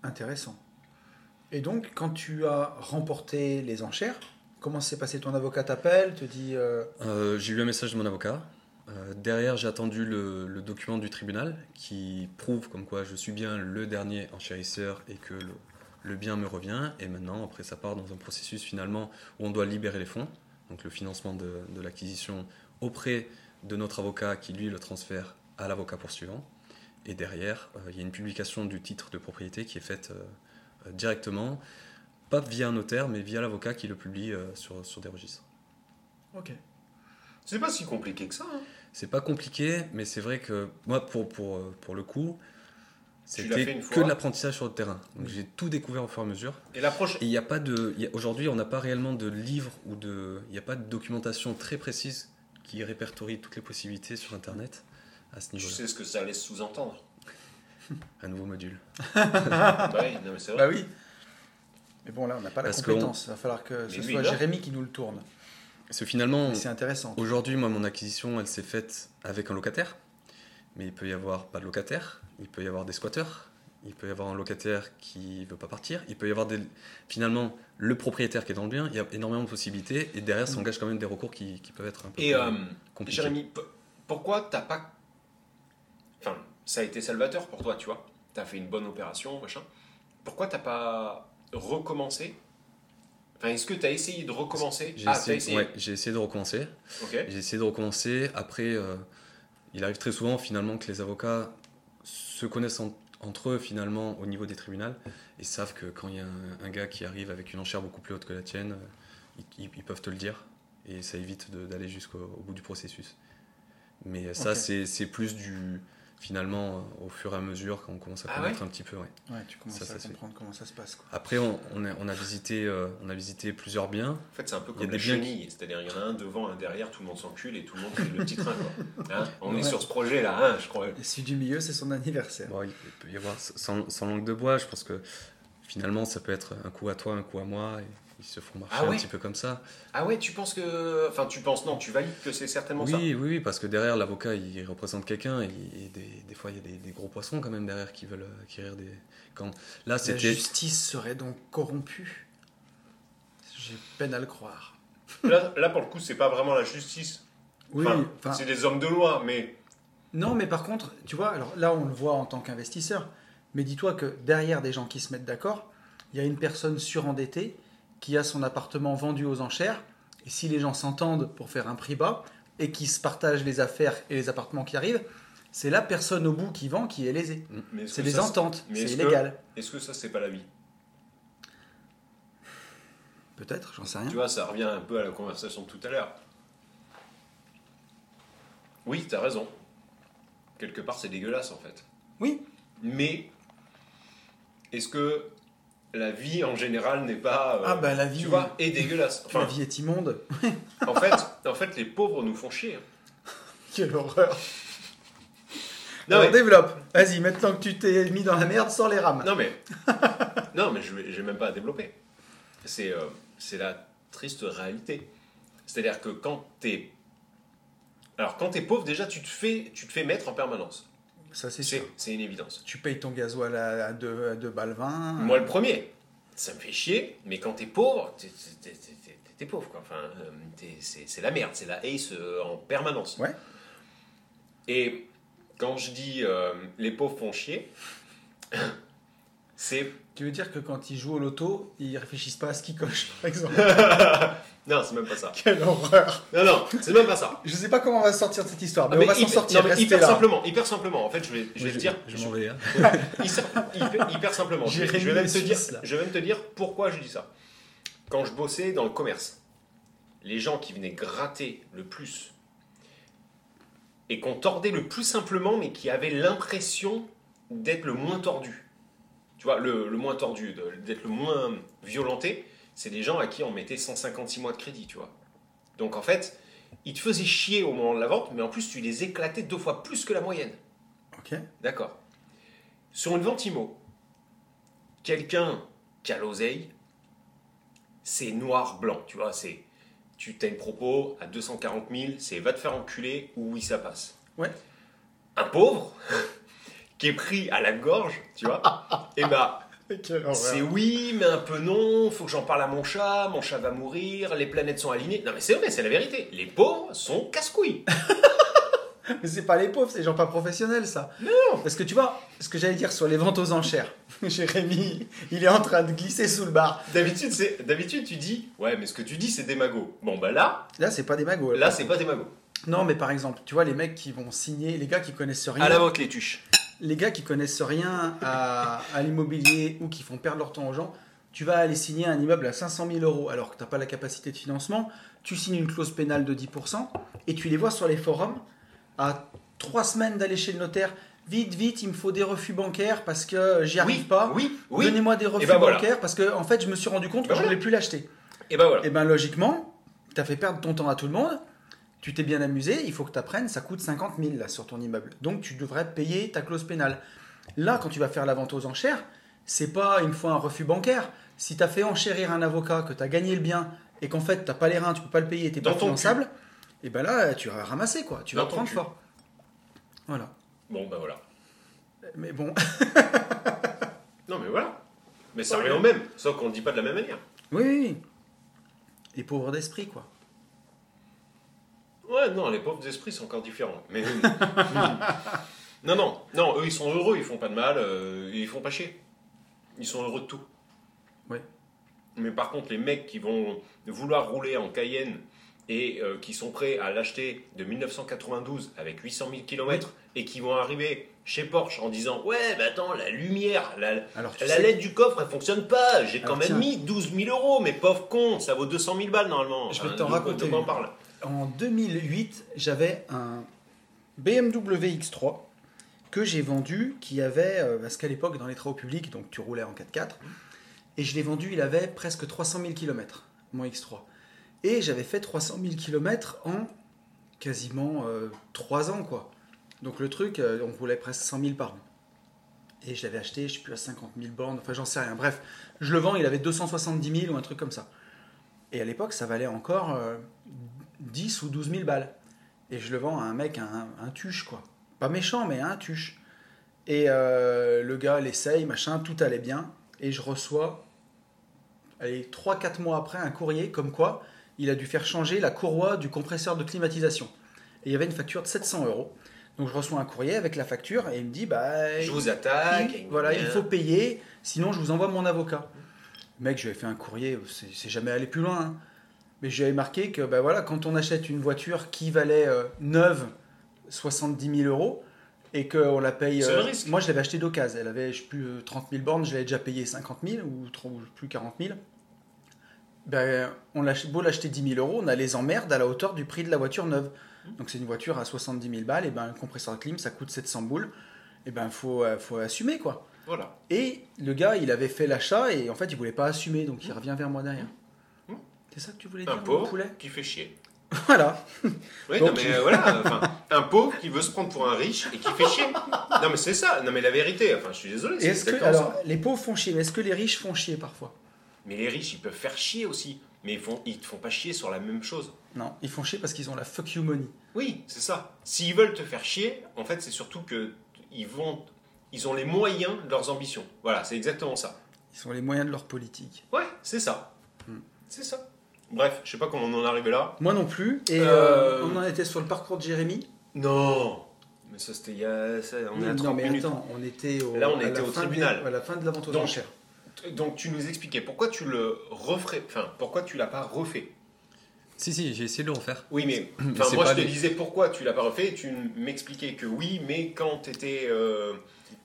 S2: intéressant. Et donc, quand tu as remporté les enchères, comment s'est passé Ton avocat t'appelle, te dit. euh,
S4: Euh, j'ai eu un message de mon avocat. Euh, derrière, j'ai attendu le, le document du tribunal qui prouve comme quoi je suis bien le dernier enchérisseur et que le, le bien me revient. Et maintenant, après, ça part dans un processus finalement où on doit libérer les fonds, donc le financement de, de l'acquisition auprès de notre avocat qui lui le transfère à l'avocat poursuivant. Et derrière, euh, il y a une publication du titre de propriété qui est faite euh, euh, directement, pas via un notaire, mais via l'avocat qui le publie euh, sur, sur des registres.
S2: Ok.
S3: C'est pas si compliqué que ça. hein.
S4: C'est pas compliqué, mais c'est vrai que moi, pour, pour, euh, pour le coup,
S3: Tu l'as fait
S4: C'était
S3: une
S4: que
S3: fois.
S4: de l'apprentissage sur le terrain. Donc j'ai tout découvert au fur et à mesure.
S3: Et l'approche.
S4: Et il n'y a pas de. il y a- Aujourd'hui, on n'a pas réellement de livre ou de. Il n'y a pas de documentation très précise qui répertorie toutes les possibilités sur Internet à ce
S3: Tu
S4: niveau-là.
S3: sais ce que ça laisse
S4: [LAUGHS]
S3: sous-entendre.
S4: Un nouveau module.
S3: Bah oui, non, mais c'est vrai.
S2: Bah oui. Mais bon, là, on n'a pas la
S4: Parce
S2: compétence. Il va falloir que ce
S3: Mais lui,
S2: soit
S3: il a.
S2: Jérémy qui nous le tourne.
S4: Parce que finalement,
S2: Mais C'est intéressant.
S4: aujourd'hui, moi, mon acquisition, elle s'est faite avec un locataire. Mais il peut y avoir pas de locataire, il peut y avoir des squatteurs, il peut y avoir un locataire qui veut pas partir, il peut y avoir des. Finalement, le propriétaire qui est dans le bien, il y a énormément de possibilités et derrière s'engagent quand même des recours qui, qui peuvent être un peu
S3: Mm. Et
S4: plus
S3: euh,
S4: compliqués.
S3: Jérémy, p- pourquoi t'as pas. Enfin, ça a été salvateur pour toi, tu vois. T'as fait une bonne opération, machin. Pourquoi t'as pas recommencé Enfin, est-ce que t'as essayé de recommencer
S4: J'ai
S3: Ah, t'as
S4: essayé-
S3: essayé.
S4: ouais, j'ai essayé de recommencer.
S3: Ok.
S4: J'ai essayé de recommencer. Après, euh, il arrive très souvent finalement que les avocats se connaissent en- entre eux finalement au niveau des tribunaux et savent que quand il y a un, un gars qui arrive avec une enchère beaucoup plus haute que la tienne, euh, ils, ils- ils peuvent te le dire et ça évite de- d'aller jusqu'au au bout du processus. Mais ça,
S2: Ok.
S4: c'est- c'est plus du finalement euh, au fur et à mesure quand on commence à
S3: Ah
S4: connaître un petit peu. ouais.
S2: Ouais, tu commences
S4: ça, ça
S2: à
S4: se fait.
S2: comprendre comment ça se passe. Quoi.
S4: Après, on, on a, on a visité, euh, on a visité plusieurs biens.
S3: En fait, c'est un peu
S4: Il y a
S3: comme
S4: des
S3: la
S4: biens qui-
S3: chenille. C'est-à-dire, il y en a un devant, un derrière, tout le monde s'encule et tout le monde fait le petit train, quoi. Hein On
S2: Ouais.
S3: est sur ce projet-là, hein, je crois.
S2: Et celui du milieu, c'est son anniversaire.
S4: Bon, il peut y avoir sans, sans langue de bois, je pense que finalement ça peut être un coup à toi, un coup à moi, et ils se font marcher
S3: Ah ouais
S4: un petit peu comme ça.
S3: Ah ouais, tu penses que. Enfin, tu penses, non, tu valides que c'est certainement
S4: oui,
S3: ça.
S4: oui, oui, parce que derrière l'avocat il représente quelqu'un, et, et des, des fois il y a des, des gros poissons quand même derrière qui veulent euh, acquérir des. Quand... Là
S2: La
S4: c'était.
S2: justice serait donc corrompue J'ai peine à le croire.
S3: Là, là, pour le coup, c'est pas vraiment la justice.
S2: Oui,
S3: Enfin,
S2: enfin,
S3: c'est des hommes de loi, mais.
S2: Non, mais par contre, tu vois, alors là, on le voit en tant qu'investisseur, mais dis-toi que derrière des gens qui se mettent d'accord, il y a une personne surendettée qui a son appartement vendu aux enchères, et si les gens s'entendent pour faire un prix bas, et qui se partagent les affaires et les appartements qui arrivent, c'est la personne au bout qui vend qui est lésée.
S3: mais est-ce
S2: C'est
S3: que
S2: des
S3: ça,
S2: ententes,
S3: mais
S2: c'est
S3: est-ce que-
S2: illégal.
S3: Est-ce que ça, c'est pas la vie
S2: Peut-être, j'en sais rien.
S3: Tu vois, ça revient un peu à la conversation de tout à l'heure. Oui, t'as raison. Quelque part, c'est dégueulasse en fait.
S2: Oui,
S3: Mais est-ce que la vie en général n'est pas. euh,
S2: Ah bah, la vie-
S3: Tu vois, est dégueulasse.
S2: la
S3: Enfin,
S2: vie
S3: [LAUGHS]
S2: est immonde.
S3: en, fait, en fait, les pauvres nous font chier. hein.
S2: Quelle horreur.
S3: Non,
S2: [LAUGHS] Alors,
S3: mais,
S2: développe. Vas-y, maintenant que tu t'es mis dans la merde, sors les rames.
S3: non, mais, [LAUGHS] non, mais je vais- j'ai même pas à développer. C'est euh, c'est la triste réalité. C'est-à-dire que quand t'es. Alors, quand t'es pauvre, déjà, tu te, fais, tu te fais mettre en permanence.
S2: Ça, c'est sûr.
S3: C'est c'est une évidence.
S2: Tu payes ton gasoil à 2 balles 20.
S3: Moi, le premier. Ça me fait chier, mais quand t'es pauvre, t'es- t'es- t'es- t'es t'es pauvre, quoi. Enfin, euh, t'es- c'est c'est la merde, c'est la ace euh, en permanence.
S2: Ouais.
S3: Et quand je dis euh, les pauvres font chier, [LAUGHS] c'est...
S2: Tu veux dire que quand ils jouent au loto, ils réfléchissent pas à ce qu'ils cochent, par exemple [LAUGHS]
S3: Non, c'est même pas ça.
S2: Quelle horreur
S3: Non, non, c'est même pas ça.
S2: Je sais pas comment on va sortir de cette histoire, mais,
S3: Mais
S2: on va s'en
S3: hyper-
S2: sortir.
S3: non, mais
S2: restez
S3: hyper
S2: là.
S3: simplement, hyper simplement. En fait, je vais, je vais te dire...
S4: je m'en vais. hein.
S3: Hyper, hyper- hyper simplement. Je vais,
S2: Jérémy
S3: je vais même
S2: le
S3: te dire,
S2: Suisse, là.
S3: je vais même te dire pourquoi je dis ça. Quand je bossais dans le commerce, les gens qui venaient gratter le plus et qu'on tordait le plus simplement, mais qui avaient l'impression d'être le moins tordu. Tu vois, le, le moins tordu, de- d'être le moins violenté, c'est des gens à qui on mettait 156 mois de crédit, tu vois. Donc en fait, ils te faisaient chier au moment de la vente, mais en plus tu les éclatais deux fois plus que la moyenne.
S2: Ok.
S3: D'accord. Sur une vente IMO, quelqu'un qui a l'oseille, c'est noir-blanc, tu vois, c'est... Tu t'as une propos à 240 000, c'est va te faire enculer ou oui, ça passe.
S2: Ouais.
S3: Un pauvre [LAUGHS] qui est pris à la gorge, tu vois, et bah,
S2: Quelle
S3: c'est oui, mais un peu non, faut que j'en parle à mon chat, mon chat va mourir, les planètes sont alignées. Non mais c'est vrai, c'est la vérité. Les pauvres sont casse-couilles.
S2: Mais c'est pas les pauvres, c'est les gens pas professionnels, ça.
S3: Non.
S2: Parce que tu vois, ce que j'allais dire sur les ventes aux enchères, [LAUGHS] Jérémy, il est en train de glisser sous le bar.
S3: D'habitude, c'est- d'habitude, tu dis, ouais, mais ce que tu dis, c'est des magots. Bon, bah là,
S2: Là, c'est pas des magots.
S3: Là, c'est pas des magots.
S2: Non, mais par exemple, tu vois, les mecs qui vont signer, les gars qui connaissent rien.
S3: À la vente, les tuches.
S2: les gars qui connaissent rien à, à l'immobilier ou qui font perdre leur temps aux gens, tu vas aller signer un immeuble à 500 000 euros alors que tu n'as pas la capacité de financement, tu signes une clause pénale de 10% et tu les vois sur les forums à trois semaines d'aller chez le notaire. vite, vite, il me faut des refus bancaires parce que j'y arrive
S3: oui,
S2: pas.
S3: Oui, oui.
S2: Donnez-moi des refus
S3: ben voilà.
S2: bancaires parce que en fait, je me suis rendu compte que
S3: Ben
S2: je
S3: voilà.
S2: voulais plus l'acheter.
S3: Et ben voilà.
S2: Et ben logiquement, t'as fait perdre ton temps à tout le monde. Tu t'es bien amusé, il faut que tu apprennes, ça coûte 50 000 là, sur ton immeuble. Donc tu devrais payer ta clause pénale. Là, quand tu vas faire la vente aux enchères, c'est pas il me faut un refus bancaire. Si tu as fait enchérir un avocat, que tu as gagné le bien et qu'en fait t'as pas les reins, tu peux pas le payer, t'es
S3: Dans
S2: pas
S3: ton
S2: finançable, et ben là tu vas ramasser quoi, tu
S3: Dans
S2: vas
S3: ton
S2: prendre
S3: cul.
S2: fort. Voilà.
S3: Bon, ben voilà.
S2: Mais bon, [LAUGHS]
S3: Non, mais voilà. Mais ça revient au même, sauf qu'on le dit pas de la même manière.
S2: oui, oui, oui. Les pauvres d'esprit quoi.
S3: Ouais, non, les pauvres esprits sont encore différents. Mais. [LAUGHS] non, non, non, eux ils sont heureux, ils font pas de mal, euh, ils font pas chier. Ils sont heureux de tout.
S2: Ouais.
S3: Mais par contre, les mecs qui vont vouloir rouler en Cayenne et euh, qui sont prêts à l'acheter de 1992 avec 800 000 km et qui vont arriver chez Porsche en disant Ouais, mais attends, la lumière, la,
S2: Alors tu
S3: la
S2: sais-
S3: LED du coffre elle fonctionne pas, j'ai quand
S2: Alors,
S3: même
S2: tiens.
S3: mis 12 000 euros, mais pauvre con, ça vaut 200 000 balles normalement.
S2: Je vais
S3: Enfin,
S2: t'en
S3: de-
S2: raconter
S3: De quoi on
S2: une.
S3: parle
S2: En 2008, j'avais un BMW X3 que j'ai vendu, qui avait, euh, parce qu'à l'époque, dans les travaux publics, donc tu roulais en 4x4, et je l'ai vendu, il avait presque 300 000 km, mon X3. Et j'avais fait 300 000 km en quasiment 3 ans, quoi. Donc le truc, euh, on roulait presque 100 000 par an. Et je l'avais acheté, je suis plus à 50 000 bornes, enfin j'en sais rien. Bref, je le vends, il avait 270 000 ou un truc comme ça. Et à l'époque, ça valait encore euh, 10 ou 12 000 balles. Et je le vends à un mec, un, un tuche, quoi. Pas méchant, mais un tuche. Et euh, le gars l'essaye, machin, tout allait bien. Et je reçois, allez, 3-4 mois après, un courrier comme quoi il a dû faire changer la courroie du compresseur de climatisation. Et il y avait une facture de 700 euros. Donc je reçois un courrier avec la facture et il me dit, bah...
S3: Je vous attaque.
S2: Il- voilà, il
S3: euh,
S2: faut payer, sinon je vous envoie mon avocat. Mec, j'avais fait un courrier, c'est c'est jamais allé plus loin. hein. Mais j'avais marqué que bah voilà, quand on achète une voiture qui valait euh, neuve 70 000 euros et qu'on la paye. euh,
S3: C'est le risque.
S2: Moi, je l'avais achetée d'occasion. Elle avait, je sais plus, euh, 30 000 bornes, je l'avais déjà payé 50 000 ou trop- ou plus 40 000. Ben, on l'a beau l'acheter 10 000 euros, on a les emmerdes à la hauteur du prix de la voiture neuve. Donc c'est une voiture à 70 000 balles, et ben, un compresseur de clim, ça coûte 700 boules. Et ben, faut, euh, faut assumer, quoi.
S3: Voilà.
S2: Et le gars, il avait fait l'achat et en fait, il voulait pas assumer, donc il revient vers moi derrière.
S3: Mmh.
S2: C'est ça que tu voulais dire,
S3: Un
S2: mon
S3: pauvre
S2: poulet
S3: qui fait chier. [LAUGHS]
S2: Voilà.
S3: Oui,
S2: Donc,
S3: non,
S2: tu-
S3: mais euh,
S2: [LAUGHS]
S3: voilà. enfin, un pauvre qui veut se prendre pour un riche et qui fait chier. Non, mais c'est ça. Non, mais la vérité. Enfin, je suis désolé.
S2: Et
S3: c'est
S2: Est-ce que
S3: exactement ça.
S2: alors les pauvres font chier, mais est-ce que les riches font chier parfois
S3: Mais les riches, ils peuvent faire chier aussi. Mais ils, font, ils te font pas chier sur la même chose.
S2: Non, ils font chier parce qu'ils ont la fuck you money.
S3: Oui, c'est ça. S'ils veulent te faire chier, en fait, c'est surtout que ils vont, ils ont les moyens de leurs ambitions. Voilà, c'est exactement ça.
S2: Ils ont les moyens de leur politique.
S3: Ouais, c'est ça.
S2: Hmm.
S3: C'est ça. Bref, je sais pas comment on en est arrivé là.
S2: Moi non plus. Et
S3: Euh,
S2: euh, on en était sur le parcours de Jérémy.
S3: Non. Mais ça, c'était il y a, ça, on est à
S2: non,
S3: 30
S2: mais
S3: minutes. hein.
S2: attends, on était au,
S3: Là, on
S2: à la
S3: était au
S2: fin de-
S3: tribunal.
S2: à la fin de la vente aux
S3: Donc,
S2: enchères.
S3: Donc tu nous expliquais pourquoi tu le referais, enfin pourquoi tu l'as pas refait.
S4: Si, si, j'ai essayé de le refaire.
S3: Oui, mais
S4: Mais
S3: enfin,
S4: c'est
S3: moi je
S4: pas
S3: te
S4: les-
S3: disais pourquoi tu l'as pas refait et tu m'expliquais que oui, mais quand t'étais euh,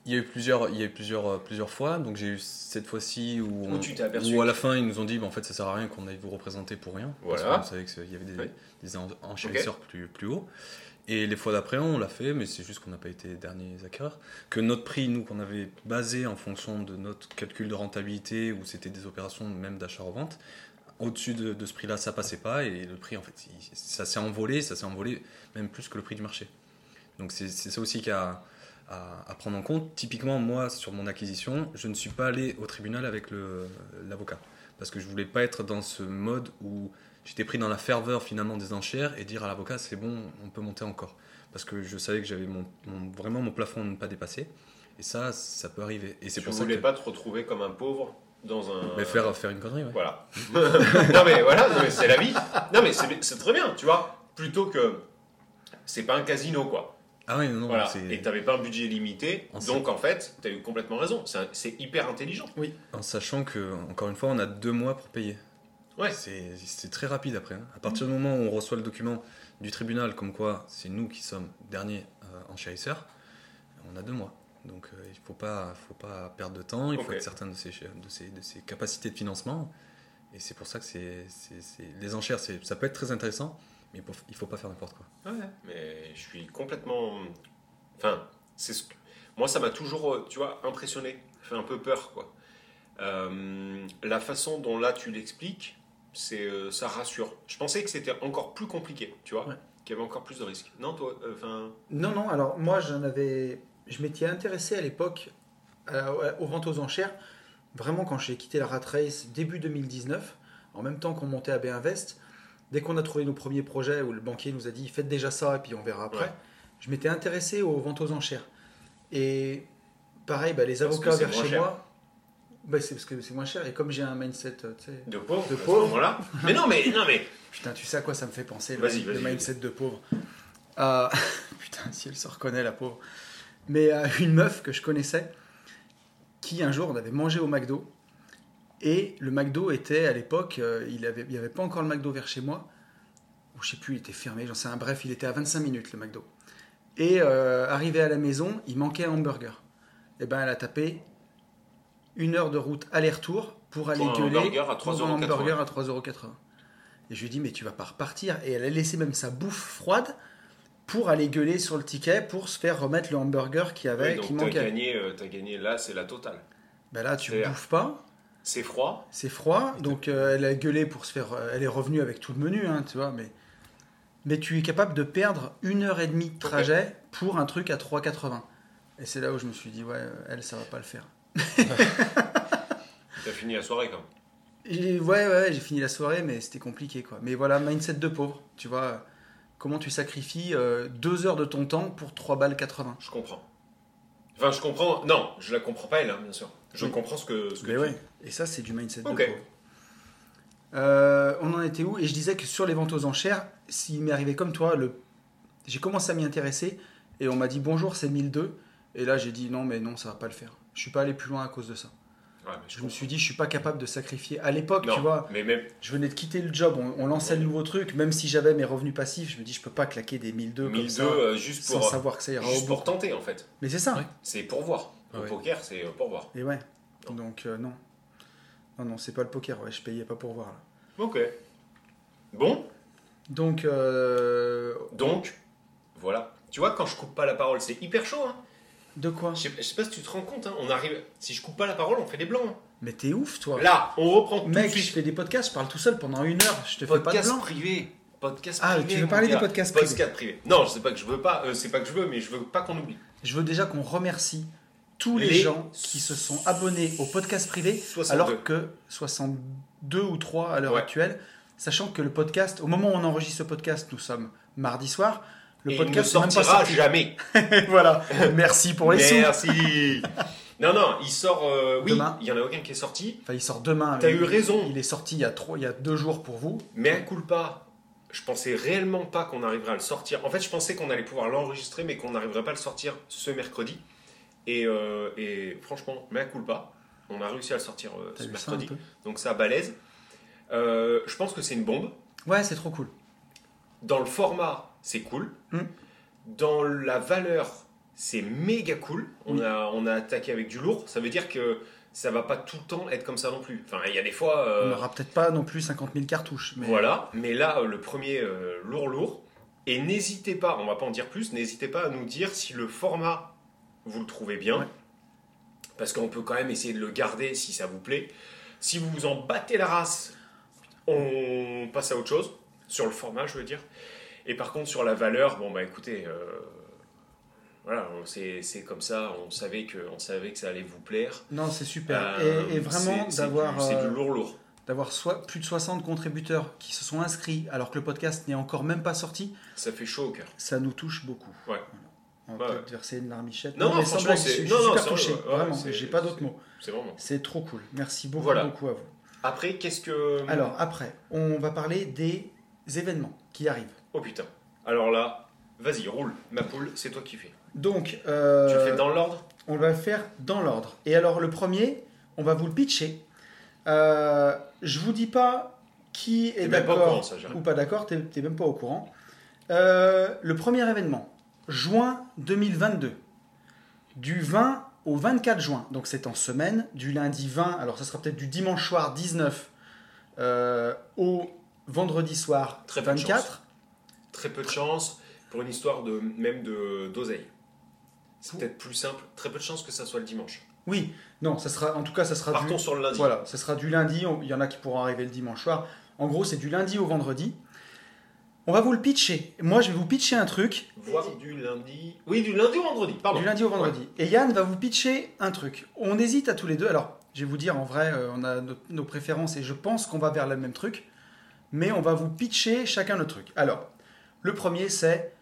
S4: Il y a eu plusieurs, il y a eu plusieurs, euh, plusieurs fois. Donc j'ai eu cette fois-ci où, on-
S3: Où tu t'es aperçu
S4: où à
S3: que-
S4: la fin ils nous ont dit, bah, en fait ça sert à rien qu'on aille vous représenter pour rien.
S3: Voilà.
S4: Parce qu'on savait qu'il y avait des,
S3: Ouais.
S4: des en- enchérisseurs plus plus haut. Et les fois d'après on l'a fait, mais c'est juste qu'on n'a pas été les derniers acquéreurs. Que notre prix, nous, qu'on avait basé en fonction de notre calcul de rentabilité, où c'était des opérations même d'achat-revente, au-dessus de, de ce prix-là, ça passait pas. Et le prix, en fait, il- ça s'est envolé, ça s'est envolé même plus que le prix du marché. Donc c'est c'est ça aussi qu'il y a à, à prendre en compte. Typiquement, moi, sur mon acquisition, je ne suis pas allé au tribunal avec le- l'avocat. Parce que je voulais pas être dans ce mode où j'étais pris dans la ferveur finalement des enchères et dire à l'avocat c'est bon, on peut monter encore. Parce que je savais que j'avais mon, mon- vraiment mon plafond à ne pas dépasser. Et ça, ça peut arriver. Et c'est
S3: tu
S4: pour ça
S3: voulais
S4: que.
S3: pas euh, te retrouver comme un pauvre dans un
S4: Mais faire, faire une connerie, ouais.
S3: Voilà. [LAUGHS] non mais voilà, non, mais c'est la vie. Non mais c'est c'est très bien, tu vois. Plutôt que c'est pas un casino quoi.
S4: Ah oui, non, non,
S3: Voilà.
S4: c'est-
S3: Et t'avais pas un budget limité,
S4: On sait.
S3: donc en fait t'as eu complètement raison. C'est un- C'est hyper intelligent.
S4: en sachant que, encore une fois, on a deux mois pour payer.
S3: Ouais. Mhm.
S4: C'est c'est très rapide après. hein. À partir du moment où on reçoit le document du tribunal comme quoi c'est nous qui sommes derniers euh, enchérisseurs, on a deux mois. Donc euh, il ne faut pas, faut pas perdre de temps, il faut
S3: Ok.
S4: être certain de ses, de, ses, de ses capacités de financement. Et c'est pour ça que c'est c'est- c'est- les enchères, c'est- ça peut être très intéressant, mais il ne faut, il faut pas faire n'importe quoi.
S3: Ouais, mais je suis complètement. Enfin, c'est ce que- Moi, ça m'a toujours, euh, tu vois, impressionné, fait un peu peur, quoi. Euh, la façon dont là tu l'expliques, c'est euh, ça rassure. Je pensais que c'était encore plus compliqué, tu vois,
S2: Ouais.
S3: qu'il y avait encore plus de risques. Non, toi, euh, enfin,
S2: Non, non, alors moi, j'en avais... je m'étais intéressé à l'époque à- aux ventes aux enchères, vraiment quand j'ai quitté la rat race début 2019, en même temps qu'on montait à B-Invest. Dès qu'on a trouvé nos premiers projets où le banquier nous a dit faites déjà ça et puis on verra après,
S3: Ouais.
S2: je m'étais intéressé aux ventes aux enchères. Et pareil, bah, les
S3: Parce
S2: avocats
S3: que c'est
S2: vers
S3: moins
S2: chez
S3: cher.
S2: moi, bah, c'est parce que c'est moins cher. Et comme j'ai un mindset, euh, tu sais,
S3: de pauvre,
S2: De
S3: à ce
S2: pauvre.
S3: moment-là. mais non, mais non, mais
S2: Putain, tu sais à quoi ça me fait penser, le,
S3: Vas-y,
S2: le
S3: vas-y,
S2: mindset de pauvre. Euh, [LAUGHS] putain, si elle se reconnaît, la pauvre. Mais euh, une meuf que je connaissais, qui un jour, on avait mangé au McDo, et le McDo était, à l'époque, euh, il n'y avait, il y avait pas encore le McDo vers chez moi, ou je sais plus, il était fermé, j'en sais un bref, il était à 25 minutes, le McDo. Et euh, arrivé à la maison, il manquait un hamburger. Et ben, elle a tapé une heure de route aller-retour pour aller
S3: un
S2: gueuler
S3: hamburger à
S2: pour un
S3: 3,80.
S2: hamburger à 3,80€. Et je lui ai dit, mais tu vas pas repartir. Et elle a laissé même sa bouffe froide pour aller gueuler sur le ticket pour se faire remettre le hamburger qui avait,
S3: oui, donc
S2: Ah qui
S3: t'as
S2: manquait.
S3: gagné, euh, t'as gagné. Là, c'est la totale.
S2: Ben là, tu
S3: C'est-
S2: bouffes pas,
S3: C'est froid.
S2: c'est froid, donc euh, elle a gueulé pour se faire. euh, elle est revenue avec tout le menu, hein, tu vois, mais. Mais tu es capable de perdre une heure et demie de trajet pour un truc à 3,80. Et c'est là où je me suis dit, ouais, euh, elle, ça va pas le faire.
S3: T'as fini la soirée quand même.
S2: J'ai- Ouais, ouais, j'ai fini la soirée, mais c'était compliqué, quoi. Mais voilà, mindset de pauvre, tu vois. euh, Comment tu sacrifies euh, deux heures de ton temps pour 3 balles 80
S3: Je comprends. Enfin, je comprends. Non, je la comprends pas elle, hein, bien sûr. Je
S2: Oui.
S3: comprends ce que. Ce que
S2: Mais
S3: tu-
S2: ouais, et ça, c'est du mindset
S3: Ok.
S2: de pauvre. Euh, on en était où Et je disais que sur les ventes aux enchères, s'il m'est arrivé comme toi, le... j'ai commencé à m'y intéresser et on m'a dit bonjour, c'est 1002. Et là, j'ai dit non, mais non, ça va pas le faire. Je suis pas allé plus loin à cause de ça.
S3: Ouais, mais je,
S2: Je me
S3: comprends.
S2: suis dit, je suis pas capable de sacrifier. À l'époque,
S3: Non,
S2: tu vois,
S3: mais même.
S2: je venais de quitter le job, on, on lançait le nouveau truc, même si j'avais mes revenus passifs, je me dis, je peux pas claquer des 1002 comme
S3: 1002,
S2: ça,
S3: euh, juste
S2: sans
S3: pour.
S2: savoir que ça ira au
S3: Juste
S2: bout.
S3: pour tenter en fait.
S2: Mais c'est ça,
S3: C'est pour voir. Le
S4: Ouais.
S3: poker, c'est euh, pour voir.
S2: et ouais. Donc, euh, non. Non, non, c'est pas le poker, ouais, je payais pas pour voir. là.
S3: Ok. Bon,
S2: Donc, euh,
S3: donc, voilà. Tu vois, quand je coupe pas la parole, c'est hyper chaud. Hein.
S2: de quoi
S3: Je, sais, je sais pas si tu te rends compte, hein, on arrive. Si je coupe pas la parole, on fait des blancs. hein.
S2: Mais t'es ouf, toi
S3: Là, on reprend tout de
S2: Mec, je
S3: suite.
S2: fais des podcasts, je parle tout seul pendant une heure, je te fais pas de
S3: Podcast
S2: blanc.
S3: privé. Podcast
S2: Ah,
S3: privé.
S2: tu veux
S3: mon
S2: parler des
S3: gars.
S2: podcasts privés.
S3: Podcast privé. Non, je sais pas que je veux pas. euh, c'est pas que je veux, mais je veux pas qu'on oublie.
S2: Je veux déjà qu'on remercie tous les,
S3: Les
S2: gens qui se sont abonnés au podcast privé,
S3: 62.
S2: alors que 62 ou 3 à l'heure
S3: Ouais.
S2: actuelle, sachant que le podcast, au moment où on enregistre ce podcast, nous sommes mardi soir, le
S3: Et il
S2: podcast n'est
S3: ne
S2: même pas
S3: sortira
S2: sorti.
S3: jamais.
S2: [LAUGHS]
S3: euh,
S2: voilà, merci pour les sous.
S3: Merci. non, non, il sort. euh, oui,
S2: Demain.
S3: il y en a aucun qui est sorti.
S2: Enfin, il sort demain.
S3: T'as
S2: mais
S3: eu raison.
S2: Il est sorti il y a trois, il y a deux jours pour vous.
S3: Mais à culpa, je pensais réellement pas qu'on arriverait à le sortir. En fait, je pensais qu'on allait pouvoir l'enregistrer, mais qu'on n'arriverait pas à le sortir ce mercredi. Et, euh, et franchement, mais à culpa, on a réussi à le sortir euh,
S2: T'as
S3: ce
S2: vu ça un
S3: mercredi.
S2: peu
S3: Donc ça balaise. Euh, je pense que c'est une bombe.
S2: Ouais, c'est trop cool.
S3: Dans le format, c'est cool.
S2: Mm.
S3: Dans la valeur, c'est méga cool. On,
S2: Oui.
S3: a, on a attaqué avec du lourd. Ça veut dire que ça va pas tout le temps être comme ça non plus. Enfin, il y a des fois.
S2: On
S3: euh,
S2: n'aura peut-être pas non plus 50 000 cartouches. Mais...
S3: Voilà, mais là, euh, le premier euh, lourd lourd. Et n'hésitez pas, on va pas en dire plus, n'hésitez pas à nous dire si le format, vous le trouvez bien.
S2: Ouais.
S3: Parce qu'on peut quand même essayer de le garder si ça vous plaît. Si vous vous en battez la race, on passe à autre chose. Sur le format, je veux dire. Et par contre, sur la valeur, bon bah écoutez, euh, voilà, on- c'est c'est comme ça, on savait, que, on savait que ça allait vous plaire.
S2: Non, c'est super.
S3: Euh,
S2: et, et vraiment
S3: c'est- c'est
S2: d'avoir
S3: du- C'est
S2: euh,
S3: du lourd lourd.
S2: d'avoir soit plus de 60 contributeurs qui se sont inscrits alors que le podcast n'est encore même pas sorti,
S3: Ça fait chaud au cœur.
S2: ça nous touche beaucoup.
S3: Ouais.
S2: On
S3: Bah
S2: va peut-être
S3: ouais.
S2: verser une larmichette.
S3: Non, non,
S2: mais sans
S3: franchement,
S2: blague, je
S3: c'est-
S2: suis je
S3: non,
S2: suis
S3: non,
S2: super
S3: c'est
S2: touché.
S3: vrai, ouais,
S2: vraiment,
S3: c'est-
S2: j'ai pas d'autres mots.
S3: C'est vraiment.
S2: C'est trop cool. Merci beaucoup,
S3: Voilà.
S2: beaucoup à vous.
S3: Après, qu'est-ce que.
S2: Alors après, on va parler des événements qui arrivent.
S3: Oh putain. Alors là, vas-y, roule. Ma poule, c'est toi qui fais.
S2: Donc, euh,
S3: Tu le fais dans l'ordre
S2: on va le faire dans l'ordre. Et alors le premier, on va vous le pitcher. Euh, je vous dis pas qui est
S3: T'es même pas au courant,
S2: d'accord
S3: ça, Jérémy.
S2: ou pas d'accord, t'es t'es même pas au courant. Euh, le premier événement, juin 2022, du 20 au 24 juin, donc c'est en semaine, du lundi 20, alors ça sera peut-être du dimanche soir 19 euh, au vendredi soir
S3: Très peu de
S2: 24.
S3: Très peu de chance pour une histoire de même de d'oseille. C'est peut-être plus simple. Très peu de chances que ça soit le dimanche.
S2: Oui, non, ça sera, en tout cas, ça sera Ah, du,
S3: Partons sur le lundi.
S2: Voilà, ce sera du lundi. on- Il y en a qui pourront arriver le dimanche soir. En gros, c'est du lundi au vendredi. On va vous le pitcher. Moi, je vais vous pitcher un truc
S3: Voir du lundi. Oui, du lundi au vendredi, pardon.
S2: du lundi au vendredi. Et Yann va vous pitcher un truc. On hésite à tous les deux. Alors, je vais vous dire, en vrai, euh, on a nos, nos préférences et je pense qu'on va vers le même truc. Mais on va vous pitcher chacun notre truc. Alors, le premier, c'est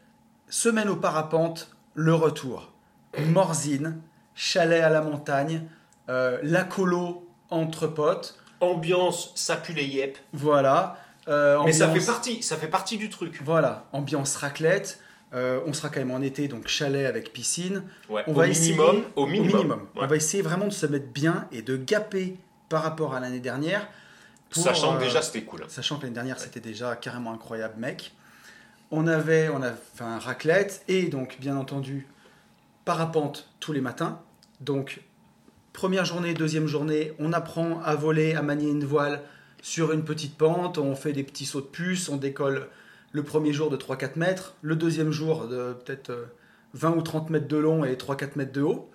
S2: Semaine au parapente, le retour. Morzine, chalet à la montagne, euh, la colo entre potes.
S3: Ambiance, ça pue les yep.
S2: Voilà. euh,
S3: Mais ça
S2: ambiance-
S3: fait partie, ça fait partie du truc.
S2: Voilà, ambiance raclette. euh, on sera quand même en été, donc chalet avec piscine.
S3: Ouais,
S2: On
S3: au,
S2: va
S3: minimum,
S2: essayer-
S3: au minimum. Ouais.
S2: On va essayer vraiment de se mettre bien et de gaper par rapport à l'année dernière. pour,
S3: Sachant
S2: euh,
S3: que déjà, c'était cool. hein.
S2: Sachant que l'année dernière, c'était déjà carrément incroyable, mec. On avait, on a fait un raclette et donc, bien entendu, parapente tous les matins. Donc, première journée, deuxième journée, on apprend à voler, à manier une voile sur une petite pente. On fait des petits sauts de puce, on décolle le premier jour de 3-4 mètres, le deuxième jour de peut-être euh, 20 ou 30 mètres de long et 3-4 mètres de haut.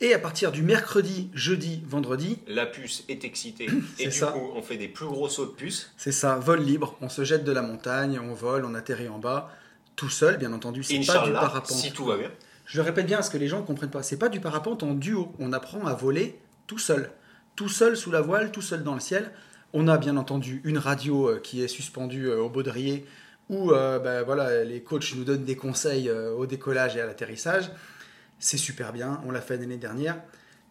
S2: Et à partir du mercredi, jeudi, vendredi,
S3: La puce est
S2: [COUGHS]
S3: excitée.
S2: C'est
S3: et du
S2: ça.
S3: coup, on fait des plus gros sauts de puce.
S2: C'est ça, vol libre. On se jette de la montagne, on vole, on atterrit en bas, tout seul, bien entendu. C'est pas du
S3: Inch'Allah,
S2: parapente.
S3: si tout va bien.
S2: Je le répète bien parce que les gens ne comprennent pas. C'est pas du parapente en duo. On apprend à voler tout seul, tout seul sous la voile, tout seul dans le ciel. On a bien entendu une radio euh, qui est suspendue euh, au baudrier où euh, ben voilà, les coachs nous donnent des conseils euh, au décollage et à l'atterrissage. C'est super bien. On l'a fait l'année dernière.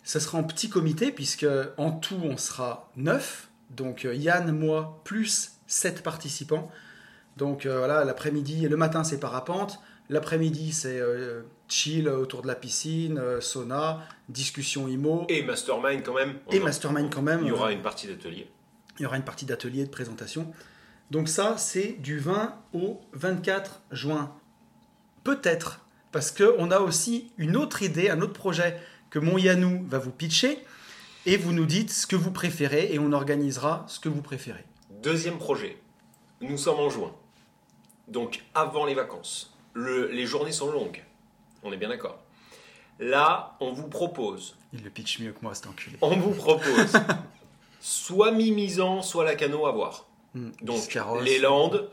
S2: Ça sera en petit comité puisque en tout on sera neuf. Donc euh, Yann, moi, plus sept participants. Donc euh, voilà, l'après-midi, le matin c'est parapente, l'après-midi c'est euh, chill autour de la piscine, euh, sauna, discussion IMO et,
S3: Et Mastermind quand même. On-
S2: mastermind quand même.
S3: Il y
S2: Euh,
S3: aura une partie d'atelier.
S2: il y aura une partie d'atelier, de présentation. Donc ça, c'est du 20 au 24 juin. Peut-être, parce qu'on a aussi une autre idée, un autre projet que mon Yanou va vous pitcher, et vous nous dites ce que vous préférez, et on organisera ce que vous préférez.
S3: Deuxième projet. Nous sommes en juin. Donc avant les vacances. Le- les journées sont longues. On est bien d'accord. Là, on vous propose.
S2: Il le pitch mieux que moi, cet enculé.
S3: On vous
S2: [LAUGHS]
S3: propose. soit Mimizan, soit la cano à voir.
S2: Hmm,
S3: Donc
S2: Biscarros.
S3: les Landes,